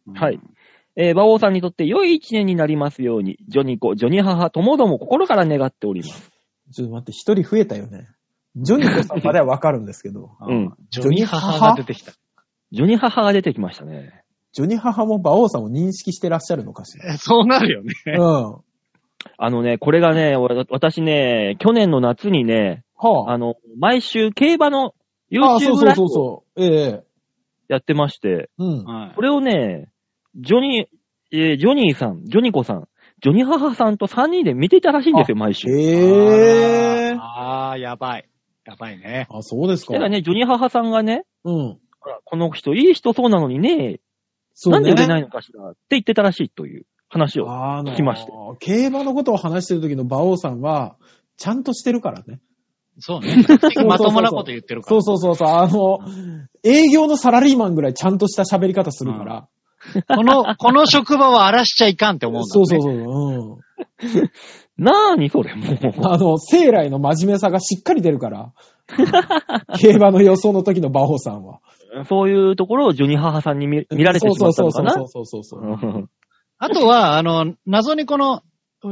Speaker 1: うん
Speaker 2: す。はい。。えー、馬王さんにとって良い一年になりますように、ジョニ子、ジョニ母ともども心から願っております。
Speaker 3: ちょっと待って、一人増えたよね。ジョニーさんまではわかるんですけど。
Speaker 2: うん
Speaker 1: ジョニー母が出てきた。
Speaker 2: ジョニ母が出てきましたね。
Speaker 3: ジョニ母も馬王さんを認識してらっしゃるのかしら。
Speaker 1: そうなるよね。
Speaker 3: うん。は
Speaker 2: あのね、これがね、わ私ね、去年の夏にね、
Speaker 3: あ。
Speaker 2: あの、毎週競馬の
Speaker 3: ああそう
Speaker 2: YouTube
Speaker 3: そ
Speaker 2: ライ
Speaker 3: う
Speaker 2: ブ
Speaker 3: そう
Speaker 2: を
Speaker 3: そう。ええ
Speaker 2: やってまして、
Speaker 3: うん。
Speaker 2: これをね、ジョニー、えージョニーさん、ジョニコさん、ジョニ母さんと3人で見ていたらしいんですよ、毎週。
Speaker 3: ええ
Speaker 1: ああ、やばい。やばいね。
Speaker 3: あ、そうですか。
Speaker 2: だからね、ジョニ母さんがね、
Speaker 3: うん。
Speaker 2: あらこの人いい人そうなのにね、
Speaker 3: そう
Speaker 2: なんで売れ
Speaker 3: い
Speaker 2: ないのかしらって言ってたらしいという話を。
Speaker 3: あの
Speaker 2: 聞きました
Speaker 3: 競馬のことを話してる時の馬王さんは、ちゃんとしてるからね。
Speaker 1: そうね。比較的まともなこと言ってるから。
Speaker 3: そうそうそうそう。あの、営業のサラリーマンぐらいちゃんとした喋り方するから。
Speaker 1: この、この職場は荒らしちゃいかんって思うんだ、ね。
Speaker 3: そうそうそう。うん。
Speaker 2: なーにそれ、 も
Speaker 3: あの、生来の真面目さがしっかり出るから。 競馬の予想の時の馬王さんは。
Speaker 2: う。そういうところをジュニハハさんに見見られてしまったのかな
Speaker 3: そうそうそうそうそうそう。
Speaker 1: あとは、あの、謎にこの、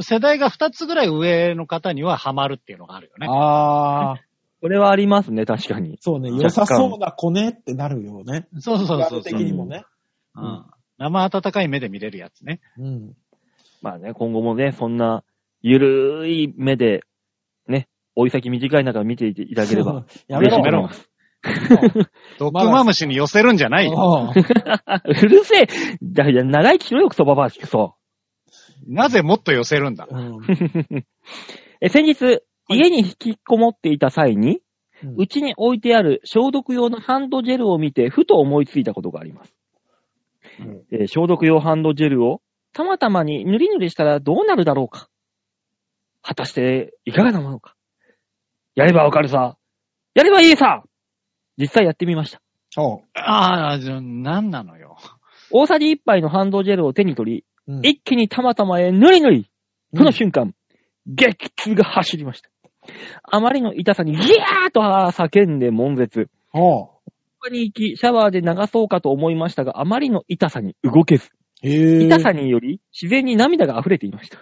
Speaker 1: 世代が2つぐらい上の方にはハマるっていうのがあるよね。
Speaker 3: あー、
Speaker 2: これはありますね、確かに。
Speaker 3: そうね、
Speaker 2: 若干
Speaker 3: 良さそうな子ねってなるよね。
Speaker 1: そうそうそうそう。
Speaker 3: 的にもね。
Speaker 1: うん生温かい目で見れるやつね。
Speaker 3: うん。
Speaker 2: まあね、今後もね、そんな、ゆるい目で、ね、追い先短い中見ていただければ。
Speaker 3: やめ
Speaker 1: ぜ
Speaker 3: ろ。
Speaker 1: ひやめろドッグマムシに寄せるんじゃないよ。
Speaker 3: うん
Speaker 2: うるせえだいや、長生きしろよ、クソババア、クソ。
Speaker 1: なぜもっと寄せるんだ
Speaker 3: うん
Speaker 2: え、先日、家に引きこもっていた際に、
Speaker 3: うん
Speaker 2: うちに置いてある消毒用のハンドジェルを見て、ふと思いついたことがあります。
Speaker 3: うん
Speaker 2: えー消毒用ハンドジェルを、たまたまにぬりぬりしたらどうなるだろうか果たして、いかがなものかやればわかるさやればいいさ実際やってみました。
Speaker 3: そ
Speaker 1: ああ、じゃあなんなのよ。
Speaker 2: 大さじ1杯のハンドジェルを手に取り、
Speaker 3: う。うん
Speaker 2: 一気にたまたまへぬりぬりその瞬間、激痛が走りました。あまりの痛さにギャーと叫んで悶絶。
Speaker 3: おう
Speaker 2: ここに行き、シャワーで流そうかと思いましたが、あまりの痛さに動けず、
Speaker 3: へぇ
Speaker 2: 痛さにより自然に涙が溢れていました。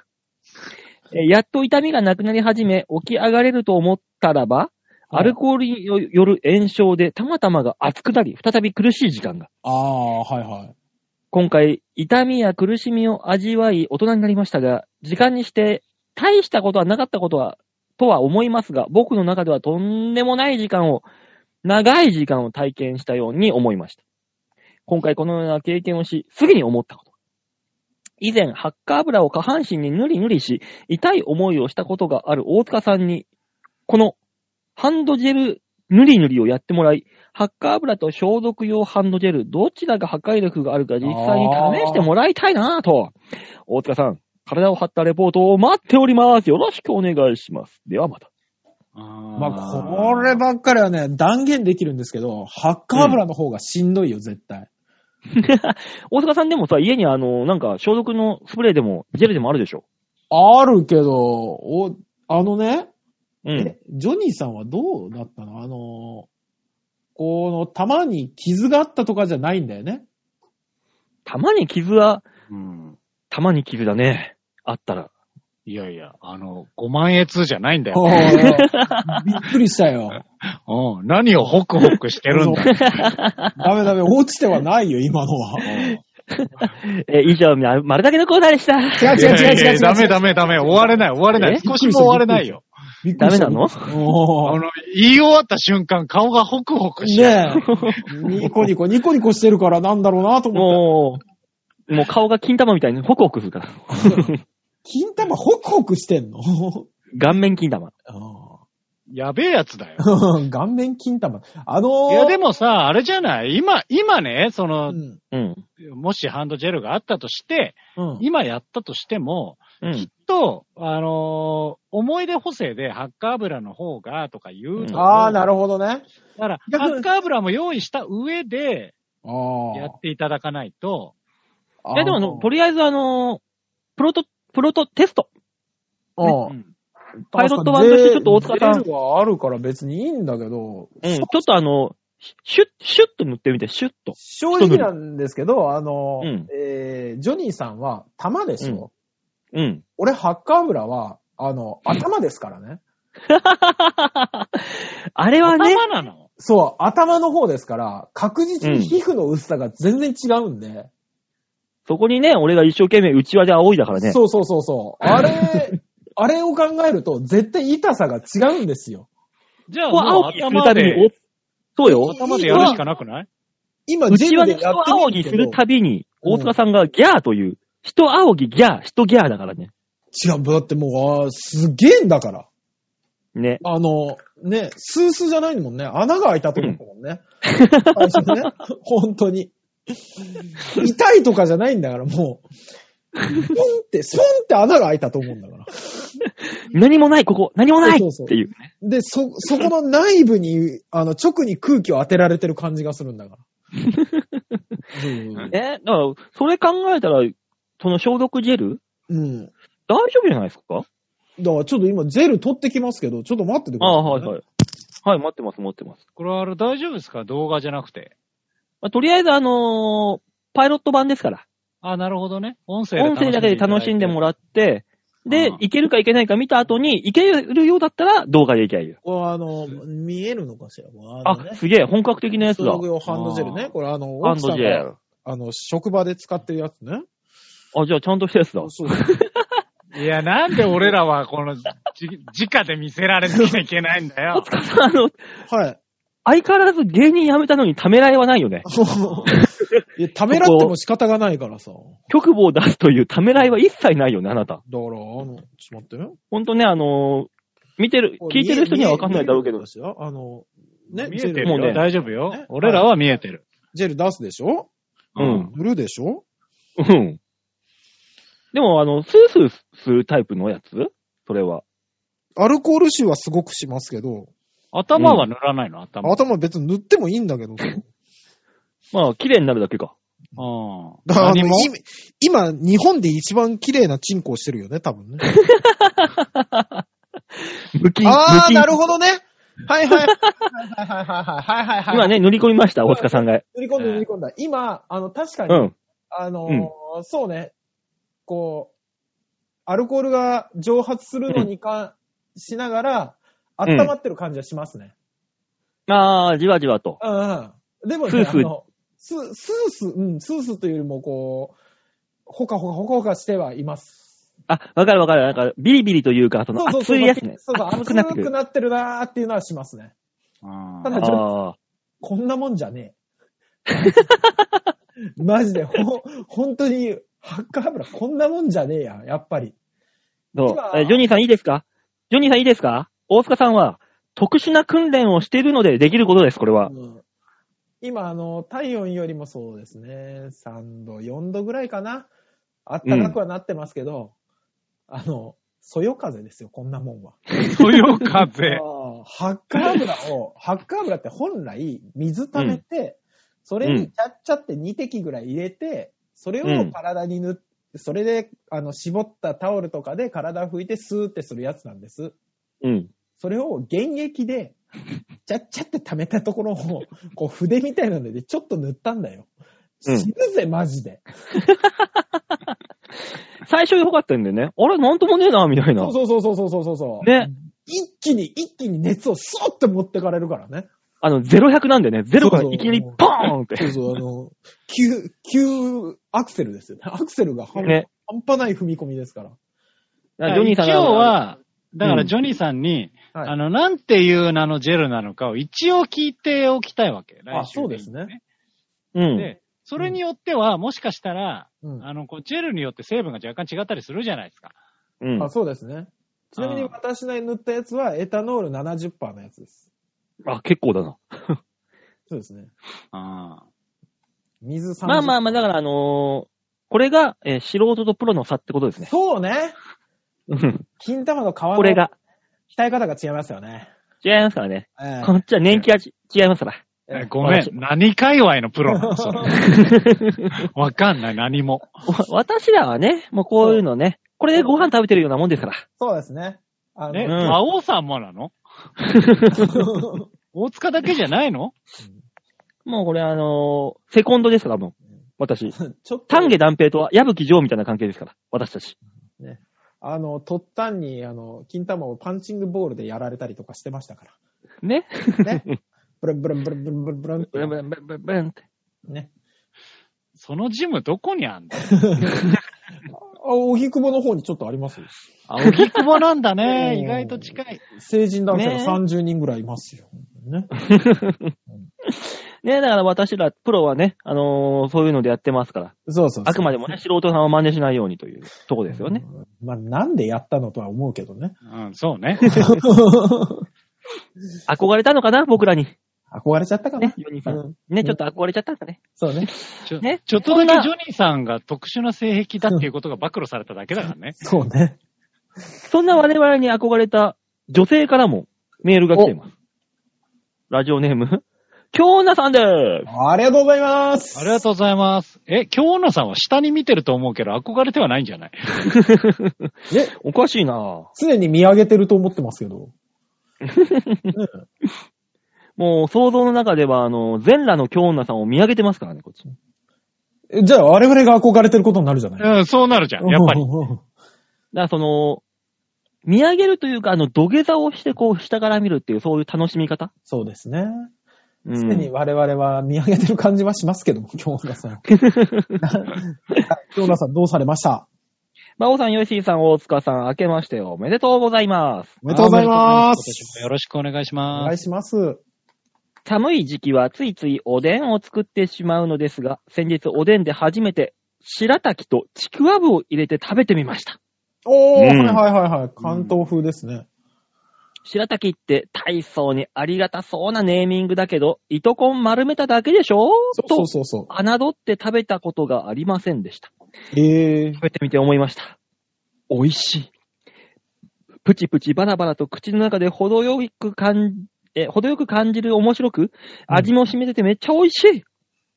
Speaker 2: えーやっと痛みがなくなり始め、起き上がれると思ったらば、アルコールによよる炎症でたまたまが熱くなり、再び苦しい時間が。
Speaker 3: ああ、はいはい。
Speaker 2: 今回、痛みや苦しみを味わい大人になりましたが、時間にして大したことはなかったことは、とは思いますが、僕の中ではとんでもない時間を、長い時間を体験したように思いました。今回このような経験をし、すぐに思ったこと。以前、ハッカー油を下半身にぬりぬりし、痛い思いをしたことがある大塚さんに、このハンドジェルぬりぬりをやってもらい、ハッカー油と消毒用ハンドジェル、どちらが破壊力があるか実際に試してもらいたいなぁと。大塚さん、体を張ったレポートを待っております。よろしくお願いします。ではまた。
Speaker 1: ま
Speaker 3: まあ、こればっかりはね、断言できるんですけど、ハッカー油の方がしんどいよ、絶対。
Speaker 2: 大塚さんでもさ、家にあの、なんか消毒のスプレーでも、ジェルでもあるでしょ
Speaker 3: あるけど、お、あのね、
Speaker 2: うん。
Speaker 3: ジョニーさんはどうだったのあの、この、たまに傷があったとかじゃないんだよね。
Speaker 2: たまに傷は、
Speaker 1: うん。
Speaker 2: たまに傷だね。あったら。
Speaker 1: いやいや、あの、5万円通じゃないんだよ。
Speaker 3: おーびっくりしたよ。
Speaker 1: うん。何をホクホクしてるんだよ。
Speaker 3: ダメダメ、落ちてはないよ、今のは。
Speaker 2: えー以上、ま丸だけのコーナーで した。
Speaker 3: 違う
Speaker 1: い
Speaker 3: 違う
Speaker 1: やい
Speaker 3: 違う違
Speaker 1: や
Speaker 3: う違う。
Speaker 1: ダメダメダメ。終われない終われな
Speaker 2: え
Speaker 1: い。少しも終われないよ。
Speaker 3: びっくりした
Speaker 2: ダメなの
Speaker 1: あ
Speaker 3: おー
Speaker 1: の、言い終わった瞬間、顔がホクホクしてる。
Speaker 3: ねえ。ニコニコ、ニコニコしてるからなんだろうなと思って。
Speaker 2: もう、もう顔が金玉みたいにホクホクするから。
Speaker 3: 金玉ホクホクしてんの
Speaker 2: 顔面金玉。
Speaker 3: あ
Speaker 1: やべえやつだよ。
Speaker 3: ー 顔面金玉。あのー、
Speaker 1: いや、でもさ、あれじゃない今、今ね、そうの、
Speaker 3: ん、
Speaker 2: うん。
Speaker 1: もしハンドジェルがあったとして、
Speaker 3: うん。
Speaker 1: 今やったとしても、
Speaker 2: う
Speaker 1: きっ
Speaker 2: ん。
Speaker 1: と、あのー思い出補正でハッカー油の方がとか言うと、
Speaker 2: うん
Speaker 3: ああ、な
Speaker 1: る
Speaker 3: るほどね。
Speaker 1: ほど。だから、
Speaker 3: 逆に
Speaker 1: ハッカー油も用意した上でや
Speaker 3: あ
Speaker 1: っていただかないと、
Speaker 3: あ。
Speaker 2: いや、でもあの、とりあえずあのープロト、プロトテスト。
Speaker 3: あー
Speaker 1: う、ん
Speaker 2: パイロット版としてちょっと大塚さん
Speaker 3: ゼルはあるから別にいいんだけど、
Speaker 2: うん。ちょっとあの、シュッ、シュッと塗ってみて、シュッと。
Speaker 3: 正直なんですけど、あの、
Speaker 2: うん
Speaker 3: えー、ジョニーさんは玉でしょ、
Speaker 2: うんうん。
Speaker 3: 俺、ハッカー油は、あの、頭ですからね。
Speaker 2: あれはね、
Speaker 1: 頭なの
Speaker 3: そう、頭の方ですから、確実に皮膚の薄さが全然違うんで。
Speaker 2: そこにね、俺が一生懸命内輪で仰いだからね。
Speaker 3: そうそうそう そう。あれ、あれを考えると、絶対痛さが違うんですよ。
Speaker 1: じゃあ、
Speaker 2: ここは
Speaker 1: もう
Speaker 2: 青にする
Speaker 1: 頭
Speaker 2: ために
Speaker 1: で、、
Speaker 2: おそうよ。
Speaker 1: 頭でやるしかなくない
Speaker 3: 今、
Speaker 2: うち
Speaker 3: ジェ
Speaker 2: わ
Speaker 3: ル
Speaker 2: で
Speaker 3: で
Speaker 2: 人
Speaker 3: やっ
Speaker 2: を
Speaker 3: て
Speaker 2: 仰
Speaker 3: み
Speaker 2: ぎ
Speaker 3: る
Speaker 2: す
Speaker 3: けど
Speaker 2: るたびに、大塚さんがギャーという、人仰ぎギャー、人ギャーだからね。
Speaker 3: 違う、だってもう、あーすげえんだから。
Speaker 2: ね。
Speaker 3: あの、ね、スースーじゃないもんね。穴が開いたとこだもんね。最初 ね。本当に。痛いとかじゃないんだから、もう。ポンって、スポンって穴が開いたと思うんだから。
Speaker 2: 何もない、ここ、何もない
Speaker 3: そうそうそ
Speaker 2: っ
Speaker 3: う
Speaker 2: ていう。
Speaker 3: で、そ、そこの内部に、あの、直に空気を当てられてる感じがするんだから。
Speaker 2: え、だから、それ考えたら、その消毒ジェル
Speaker 3: うん。
Speaker 2: 大丈夫じゃないですか
Speaker 3: だからちょっと今ゼル取ってきますけど、ちょっと待っててく
Speaker 2: ああ、
Speaker 3: ださい、
Speaker 2: はいはい。はい、待ってます、待ってます。
Speaker 1: これはあれ大丈夫ですか動画じゃなくて。
Speaker 2: まあとりあえず、あのーパイロット版ですから。
Speaker 1: あ、なるほどね。音声で
Speaker 2: 音声だけで楽しんでも
Speaker 1: ら
Speaker 2: らって、で
Speaker 1: うん、
Speaker 2: いけるかいけないか見た後に、いけるようだったら動画でいけばいいよ。
Speaker 3: これはあの、見えるのかしらこれの
Speaker 2: あ、すげえ、本格的なやつだ。
Speaker 3: 道具用ハンドジェルね。これあの、
Speaker 2: ハン
Speaker 3: 奥さ
Speaker 2: ド
Speaker 3: ん
Speaker 2: ジェ
Speaker 3: が、
Speaker 2: ル。
Speaker 3: あの、職場で使ってるやつね。
Speaker 2: あ、じゃあちゃんとしたやつだ。
Speaker 3: そう。
Speaker 1: いや、なんで俺らはこの、じ、直で見せられなきゃいけないんだよ。
Speaker 2: あの、
Speaker 3: はい。
Speaker 2: 相変わらず芸人辞めたのにためらいはないよね。
Speaker 3: いや、ためらっても仕方がないからさ。だか
Speaker 2: 局部を出すというためらいは一切ないよね、あなた。
Speaker 3: ら、あの、ちょっと待ってね。
Speaker 2: ほんとね、あのー見てる、聞いてる人にはわかんないだろうけど
Speaker 3: 見える、ですよあの、ね、
Speaker 1: 見えてる
Speaker 2: も
Speaker 1: よ。
Speaker 2: うね
Speaker 1: 大丈夫よ
Speaker 3: ね。
Speaker 1: 俺らは見えてる。
Speaker 3: ジェル出すでしょ
Speaker 2: うん。
Speaker 3: 塗るでしょ
Speaker 2: うん。でも、あの、スースーするタイプのやつそれは。
Speaker 3: アルコール臭はすごくしますけど、
Speaker 1: 頭は塗らないの、頭。
Speaker 3: 頭別に塗ってもいいんだけど。
Speaker 2: まあ、綺麗になるだけか。
Speaker 1: うん。
Speaker 3: だからあ
Speaker 1: 何
Speaker 3: の
Speaker 1: も
Speaker 3: 今、今日本で一番綺麗なチンコをしてるよね、多 分ね。
Speaker 2: 無菌、
Speaker 3: あ
Speaker 2: 無
Speaker 3: ー、
Speaker 2: 菌
Speaker 3: なるほどね。はいはい。はいはいはいはいはいはい。
Speaker 2: 今ね、塗り込みました、大塚さんが。
Speaker 3: 塗り込んだ塗り込んだ。今、あの、確かに、
Speaker 2: うん。
Speaker 3: あのーそうね、こう、アルコールが蒸発するのにか、しながら、
Speaker 2: うん
Speaker 3: 温まってる感じはしますね。
Speaker 2: あー、じわじわと。
Speaker 3: うん、うん、でもね、
Speaker 2: スースー
Speaker 3: あの、ススースー、うん、スースーというよりも、こう、ほかほかほかほかしてはいます。
Speaker 2: あ、わかるわかる。なんか、ビリビリというか、その、熱いやつね。
Speaker 3: そうそう、
Speaker 2: 熱くなってく
Speaker 3: 熱く
Speaker 2: る。
Speaker 3: なってるなーっていうのはしますね。
Speaker 1: うん
Speaker 3: ただちょっと
Speaker 2: あ
Speaker 3: こんなもんじゃね え。マジで、ほ、本当に、ハッカー油、こんなもんじゃねえや、やっぱり。
Speaker 2: ー。どう
Speaker 3: 今
Speaker 2: えジョニーさんいいですかジョニーさんいいですか大塚さんは、特殊な訓練をしているのでできることです、これは。
Speaker 3: うん今、あの、体温よりもそうですね、3度、4度ぐらいかな。あったかくはなってますけど、あの、そよ風ですよ、こんなもんは。
Speaker 1: そよ風。
Speaker 3: あーハッカー油を、ハッカー油って本来水溜めて、それ
Speaker 2: うん
Speaker 3: にちゃっちゃって2滴ぐらい入れて、それ
Speaker 2: うん
Speaker 3: を体に塗って、それで、あの、絞ったタオルとかで体拭いてスーってするやつなんです。
Speaker 2: うん。
Speaker 3: それを原液で、ちゃっちゃって溜めたところを、こう筆みたいなのでちょっと塗ったんだよ。
Speaker 2: うん
Speaker 3: 死ぬぜ、マジで。
Speaker 2: 最初良かったんだよね。あれ、なんともねえな、みたいな。
Speaker 3: そうそうそうそうそうそうそう。
Speaker 2: ね。
Speaker 3: 一気に、一気に熱をスーって持ってかれるからね。
Speaker 2: あの、0100なんだよね。0から
Speaker 3: そうそう
Speaker 2: いきなりポーンって。
Speaker 3: そうそう、あの、 急、急アクセルですよね。アクセルが半,、
Speaker 2: ね
Speaker 3: 端ない踏み込みですから。
Speaker 2: ジョニーさんが
Speaker 1: 一応、は、だか
Speaker 2: う
Speaker 1: ら
Speaker 2: ん
Speaker 1: ジョニーさんに、
Speaker 3: はい
Speaker 1: あの、なんていう名のジェルなのかを一応聞いておきたいわけ。来週
Speaker 3: そうですね
Speaker 1: いい
Speaker 2: うん。
Speaker 1: で、それによっては、もしかしたら、
Speaker 3: うん
Speaker 1: あの、こう、ジェルによって成分が若干違ったりするじゃないですか。
Speaker 2: うん
Speaker 3: あ、。そうですね。ちなみに
Speaker 1: うん
Speaker 3: 私の塗ったやつはエタノール70%のやつです。
Speaker 2: あ、結構だな。
Speaker 3: そうですね。
Speaker 1: あ
Speaker 3: 水30%。
Speaker 2: まあまあまあ、だから、あのーこれが、えー素人とプロの差ってことですね。
Speaker 3: そうね。
Speaker 2: うん
Speaker 3: 金玉の皮の
Speaker 2: これが。
Speaker 3: 鍛え方が違いますよね。
Speaker 2: 違いますからね。
Speaker 3: ええ
Speaker 2: こっちは年季がち違いますから。
Speaker 3: ええ
Speaker 1: ごめん
Speaker 2: 私。
Speaker 1: 何界隈のプロなのそれ。わかんない、何も。
Speaker 2: わ私らはね、もうこういうのね、これでご飯食べてるようなもんですから。
Speaker 3: そうですね。あの
Speaker 1: ね、
Speaker 2: うん
Speaker 1: 魔王さんもなの大塚だけじゃないの
Speaker 2: もうこれあのーセコンドですから、もう。私。
Speaker 3: ちょっと、
Speaker 2: 丹下断平とは矢吹城みたいな関係ですから、私たち。
Speaker 3: あの、突端に、あの、金玉をパンチングボールでやられたりとかしてましたか
Speaker 2: ね。
Speaker 3: ら。ね。ブルンブルンブルンブルンブルンブルンって
Speaker 2: ブルンブルンブルンブルンブルンって。
Speaker 3: ね。
Speaker 1: そのジムどこにあんの
Speaker 3: あ、荻窪の方にちょっとありますよ。
Speaker 1: あ、荻窪なんだ
Speaker 3: う
Speaker 1: ね。
Speaker 3: ん
Speaker 1: 意外と近い。
Speaker 3: 成人男性が
Speaker 2: ね
Speaker 3: 30人ぐらいいますよ。ね。
Speaker 2: ね、だから私ら、プロはね、あのーそういうのでやってますから。
Speaker 3: そうそうそう。
Speaker 2: あくまでもね、素人さんを真似しないようにというとこですよね。
Speaker 3: うん。まあ、なんでやったのとは思うけどね。
Speaker 1: うん、そうね。
Speaker 2: 憧れたのかな僕らに。
Speaker 3: 憧れちゃったかな
Speaker 2: ね、。ヨニーさ
Speaker 3: うん
Speaker 2: ん。ね、ちょっと憧れちゃったんだね。
Speaker 3: そうね。。
Speaker 1: ちょ
Speaker 2: ね
Speaker 1: ちょっとだ
Speaker 2: そん
Speaker 1: け
Speaker 2: な
Speaker 1: ジョニーさんが特殊な性癖だっていうことが暴露されただけだからね
Speaker 3: そうね。
Speaker 2: そんな我々に憧れた女性からもメールが来ています。ラジオネーム、京奈さんです。
Speaker 3: ありがとうございます。
Speaker 1: ありがとうございます。え、京女さんは下に見てると思うけど、憧れてはないんじゃない
Speaker 3: え、
Speaker 2: おかしいなぁ
Speaker 3: 常に見上げてると思ってますけど。
Speaker 2: もう想像の中では、あの、全裸の京奈さんを見上げてますからね、こっち。
Speaker 3: えじゃあ、我々が憧れてることになるじゃない
Speaker 1: うん、そうなるじゃん。やっぱり。
Speaker 2: だからその、見上げるというか、あの、土下座をして、こう、下から見るっていう、そういう楽しみ方
Speaker 3: そうですね。
Speaker 2: う
Speaker 3: 常に
Speaker 2: ん。
Speaker 3: 我々は見上げてる感じはします けども、京田さん。はい京田さんどうされました
Speaker 2: 馬王さん、ヨッシーさん、大塚さん、明けましておめでとうございます。
Speaker 3: おめでとうございま
Speaker 1: 今
Speaker 3: す。
Speaker 1: 年もよろしくお願いし
Speaker 3: お
Speaker 1: ま
Speaker 3: 願い
Speaker 1: す。
Speaker 3: します。
Speaker 2: 寒い時期はついついおでんを作ってしまうのですが、先日おでんで初めて、白滝とちくわぶを入れて食べてみました。
Speaker 3: おー、
Speaker 2: うん
Speaker 3: はいはいはいはい。関東風ですね。
Speaker 2: 白滝って大層にありがたそうなネーミングだけど、糸こん丸めただけでしょ
Speaker 3: そうそうそうそ
Speaker 2: と、侮って食べたことがありませんでした。
Speaker 3: う。えー
Speaker 2: 食べてみて思いました。美味しい。プチプチバラバラと口の中で程よく感じ、え、程よく感じる面白く、味も染みててめっちゃ美味しい、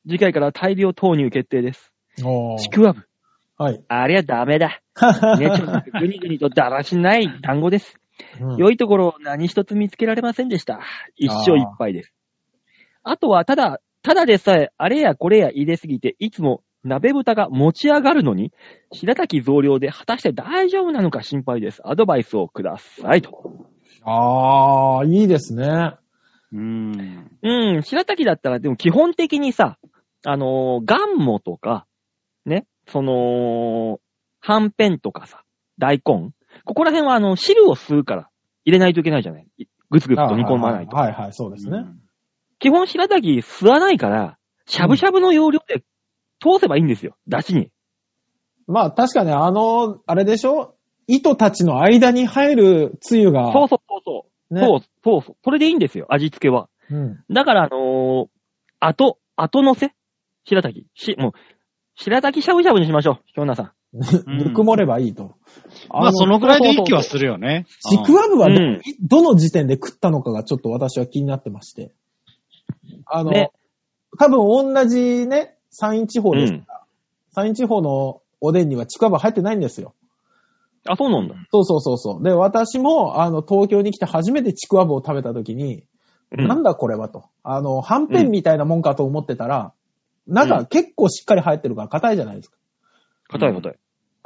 Speaker 2: 次回から大量投入決定です。
Speaker 3: おー
Speaker 2: ちくわぶ。
Speaker 3: はい。
Speaker 2: ありゃダメ だ。ね、ちょっとぐにぐにとだらしない団子です。
Speaker 3: うん
Speaker 2: 良いところを何一つ見つけられませんでした。一生いっぱいです。あとは、ただ、ただでさえ、あれやこれや入れすぎて、いつも鍋蓋が持ち上がるのに、白滝増量で果たして大丈夫なのか心配です。アドバイスをくださいと。
Speaker 3: あー、いいですね。
Speaker 1: うん。
Speaker 2: うん、白滝だったら、でも基本的にさ、あのー、ガンモとか、ね、その、はんぺんとかさ、大根。ここら辺は、あの、汁を吸うから、入れないといけないじゃないぐつぐつと煮込まないと。
Speaker 3: はいはい、そうですね。
Speaker 2: 基本白滝吸わないから、しゃぶしゃぶの要領で通せばいいんですよ。出汁に。
Speaker 3: まあ確かね、あの、あれでしょ糸たちの間に入るつゆが。
Speaker 2: そうそうそうそう。
Speaker 3: ね
Speaker 2: そうそうそう。それでいいんですよ。味付けは。
Speaker 3: うん。
Speaker 2: だから、あのー、後、後乗せ白滝。し、もう、白滝しゃぶしゃぶにしましょう。ひょうなさ
Speaker 1: うん
Speaker 3: ぬくもればいいと。
Speaker 1: まあ、そのぐらいで一気はするよね。
Speaker 3: ちくわぶはど,、
Speaker 2: うん
Speaker 3: どの時点で食ったのかがちょっと私は気になってまして。あの、
Speaker 2: ね
Speaker 3: 多分同じね、山陰地方
Speaker 2: ん。う
Speaker 3: です。
Speaker 2: ん。
Speaker 3: 山陰地方のおでんにはちくわぶ入ってないんですよ。
Speaker 2: あ、そうなんだ。
Speaker 3: そうそうそうそう。で、私も、あの、東京に来て初めてちくわぶを食べた時に、
Speaker 2: うん
Speaker 3: なんだこれはと。あの、はんぺんみたいなもんかと思ってたら、中結構しっかり入ってるから硬いじゃないですか。
Speaker 2: 硬い硬い。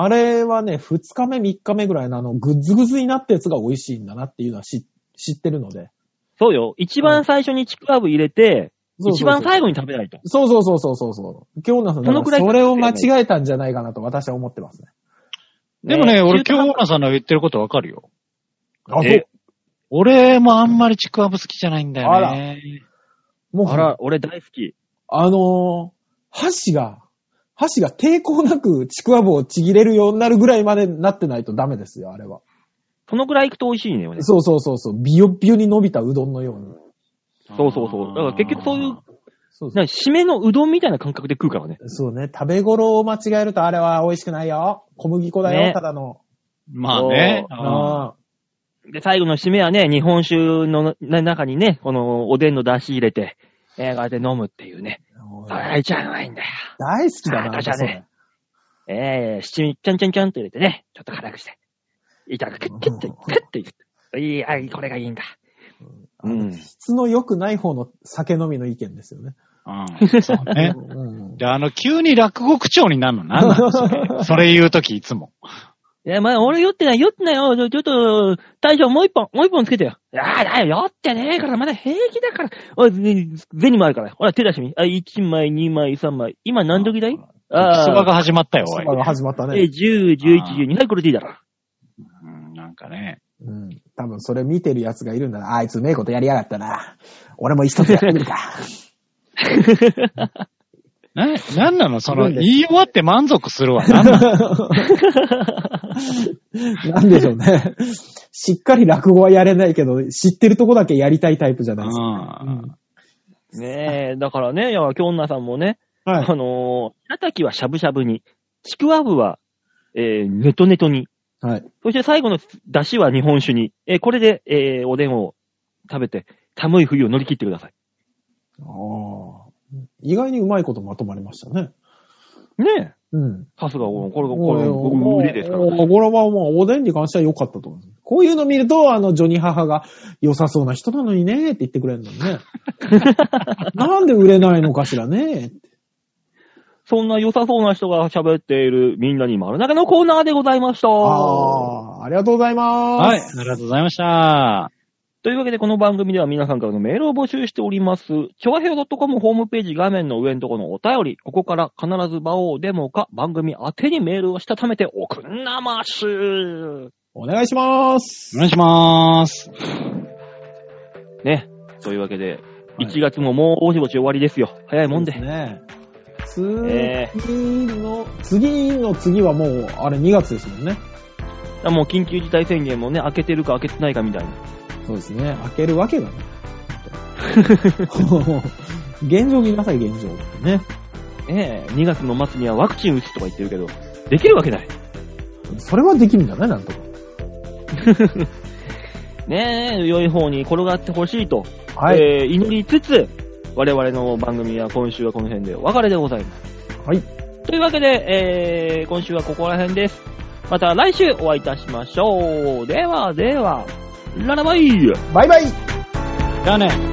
Speaker 3: あれはね、2日目、3日目ぐらいのあの、ぐずぐずになったやつが美味しいんだなっていうのは知知ってるので。
Speaker 2: そうよ。一番最初にちくわぶ入れて、
Speaker 3: そうそうそ
Speaker 2: 一
Speaker 3: う
Speaker 2: 番最後に食べないと。
Speaker 3: そうそうそうそうそうそう。京奈さん、
Speaker 2: そのくらい
Speaker 3: それを間違えたんじゃないかなと私は思ってますね。
Speaker 1: でもね、俺、
Speaker 2: 中途
Speaker 1: 京
Speaker 2: 半端
Speaker 1: 女さんの言ってることわかるよ。
Speaker 3: あ、そう
Speaker 2: え。
Speaker 1: 俺もあんまりちくわぶ好きじゃないんだよね。
Speaker 3: もう、
Speaker 2: あら、俺大好き。
Speaker 3: あのー箸が、箸が抵抗なくちくわぶをちぎれるようになるぐらいまでなってないとダメですよ、あれは。
Speaker 2: そのくらいいくと美味しいね。俺
Speaker 3: そうそうそうそう、ビヨビヨに伸びたうどんのように。
Speaker 2: そうそうそう。だから結局そういう、
Speaker 3: そうそ
Speaker 2: な締めのうどんみたいな感覚で食うからね。
Speaker 3: う。そうね、食べ頃を間違えるとあれは美味しくないよ。小麦粉だよ、
Speaker 2: ね
Speaker 3: ただの。
Speaker 1: まあね。
Speaker 2: そ
Speaker 1: うん
Speaker 3: あ
Speaker 2: で、最後の締めはね、日本酒のな中にね、このおでんの出汁入れて、映画で飲むっていうね。あれじゃないんだよ。
Speaker 3: 大好きだな、
Speaker 2: あれじゃ
Speaker 3: 私そ
Speaker 2: ね
Speaker 3: れ
Speaker 2: ええ七味、ちゃんちゃんちゃんと入れてね、ちょっと辛くして。板がクッキュッて、クッていって。いい、あい、これがいいんだ。うん。
Speaker 3: 質の良くない方の酒飲みの意見ですよね。
Speaker 1: うんそうね。
Speaker 3: うん
Speaker 1: で、あの、急に落語口調になるの何なのそ れそれ言うときいつも。
Speaker 2: いや、まあ、俺酔ってない、酔ってないよ。ちょちょっと、大将もう一本、もう一本つけてよ。いやー、だよ、酔ってねえから、まだ平気だから。おい、ぜ銭もあるから。ほら、手出してみ。あ、一枚、二枚、三枚。今何時だいあ
Speaker 1: あ
Speaker 2: あ。
Speaker 1: そばが始まったよ、おい。
Speaker 3: あ始まった
Speaker 2: え、
Speaker 3: ね。
Speaker 2: 10、
Speaker 1: あ
Speaker 2: 11、
Speaker 1: ー
Speaker 2: 12、はい、これでいいだろ。
Speaker 1: うんなんかね。
Speaker 3: うん。多分それ見てる奴がいるんだな。あいつうめえことやりやがったな。俺も一つやってみ るか。
Speaker 1: な、なんなのその、
Speaker 3: すごいね
Speaker 1: 言い終わって満足する わ。なんなの
Speaker 3: なんでしょうね。しっかり落語はやれないけど、知ってるとこだけやりたいタイプじゃないですか。
Speaker 1: うん
Speaker 2: ねえ、だからね、いや、京女さんもね、
Speaker 3: は
Speaker 2: あのー、白滝はしゃぶしゃぶに、ちくわぶは、えー、ネトネトに、
Speaker 3: い。はい。
Speaker 2: そして最後の出汁は日本酒に、えーこれで、えー、おでんを食べて、寒い冬を乗り切ってください。
Speaker 3: ああ。意外にうまいことまとまりましたね。
Speaker 2: ねえ。
Speaker 3: うん。
Speaker 2: さすが、これ、これ、これ僕無理ですから。
Speaker 3: もうこれはもうおでんに関しては良かったと思う。こういうの見ると、あの、ジョニー母が良さそうな人なのにねって言ってくれるのにね。 なんで売れないのかしらね。
Speaker 2: そんな良さそうな人が喋っているみんなに丸投げのコーナーでございました。
Speaker 3: ああ、ありがとうございます。
Speaker 1: はい、ありがとうございました。
Speaker 2: というわけで、この番組では皆さんからのメールを募集しております。超平洋 .com ホームページ画面の上のところのお便り、ここから必ず馬王デモか番組宛てにメールをしたためておくんなまし
Speaker 3: お願いします
Speaker 1: お。願いします。
Speaker 2: ね。というわけで、
Speaker 3: い
Speaker 2: 1月ももうおしぼち終わりですよ。早いもんで。
Speaker 3: ね次
Speaker 2: え
Speaker 3: の、次の次はもう、あれ2月ですもんね。
Speaker 2: もう緊急事態宣言もね、開けてるか開けてないかみたいな。
Speaker 3: そうですね。開けるわけがない。現状見なさい、現状。ね。
Speaker 2: ねえ、2月の末にはワクチン打つとか言ってるけど、できるわけない。
Speaker 3: それはできるんじゃないなんとか。
Speaker 2: ねえ、良い方に転がってほしいと、
Speaker 3: はい。
Speaker 2: えー祈りつつ、我々の番組は今週はこの辺でお別れでございます。
Speaker 3: はい。
Speaker 2: というわけで、えー今週はここら辺です。また来週お会いいたしましょう。ではでは、ララバイ
Speaker 3: バイバイ
Speaker 1: じゃあね。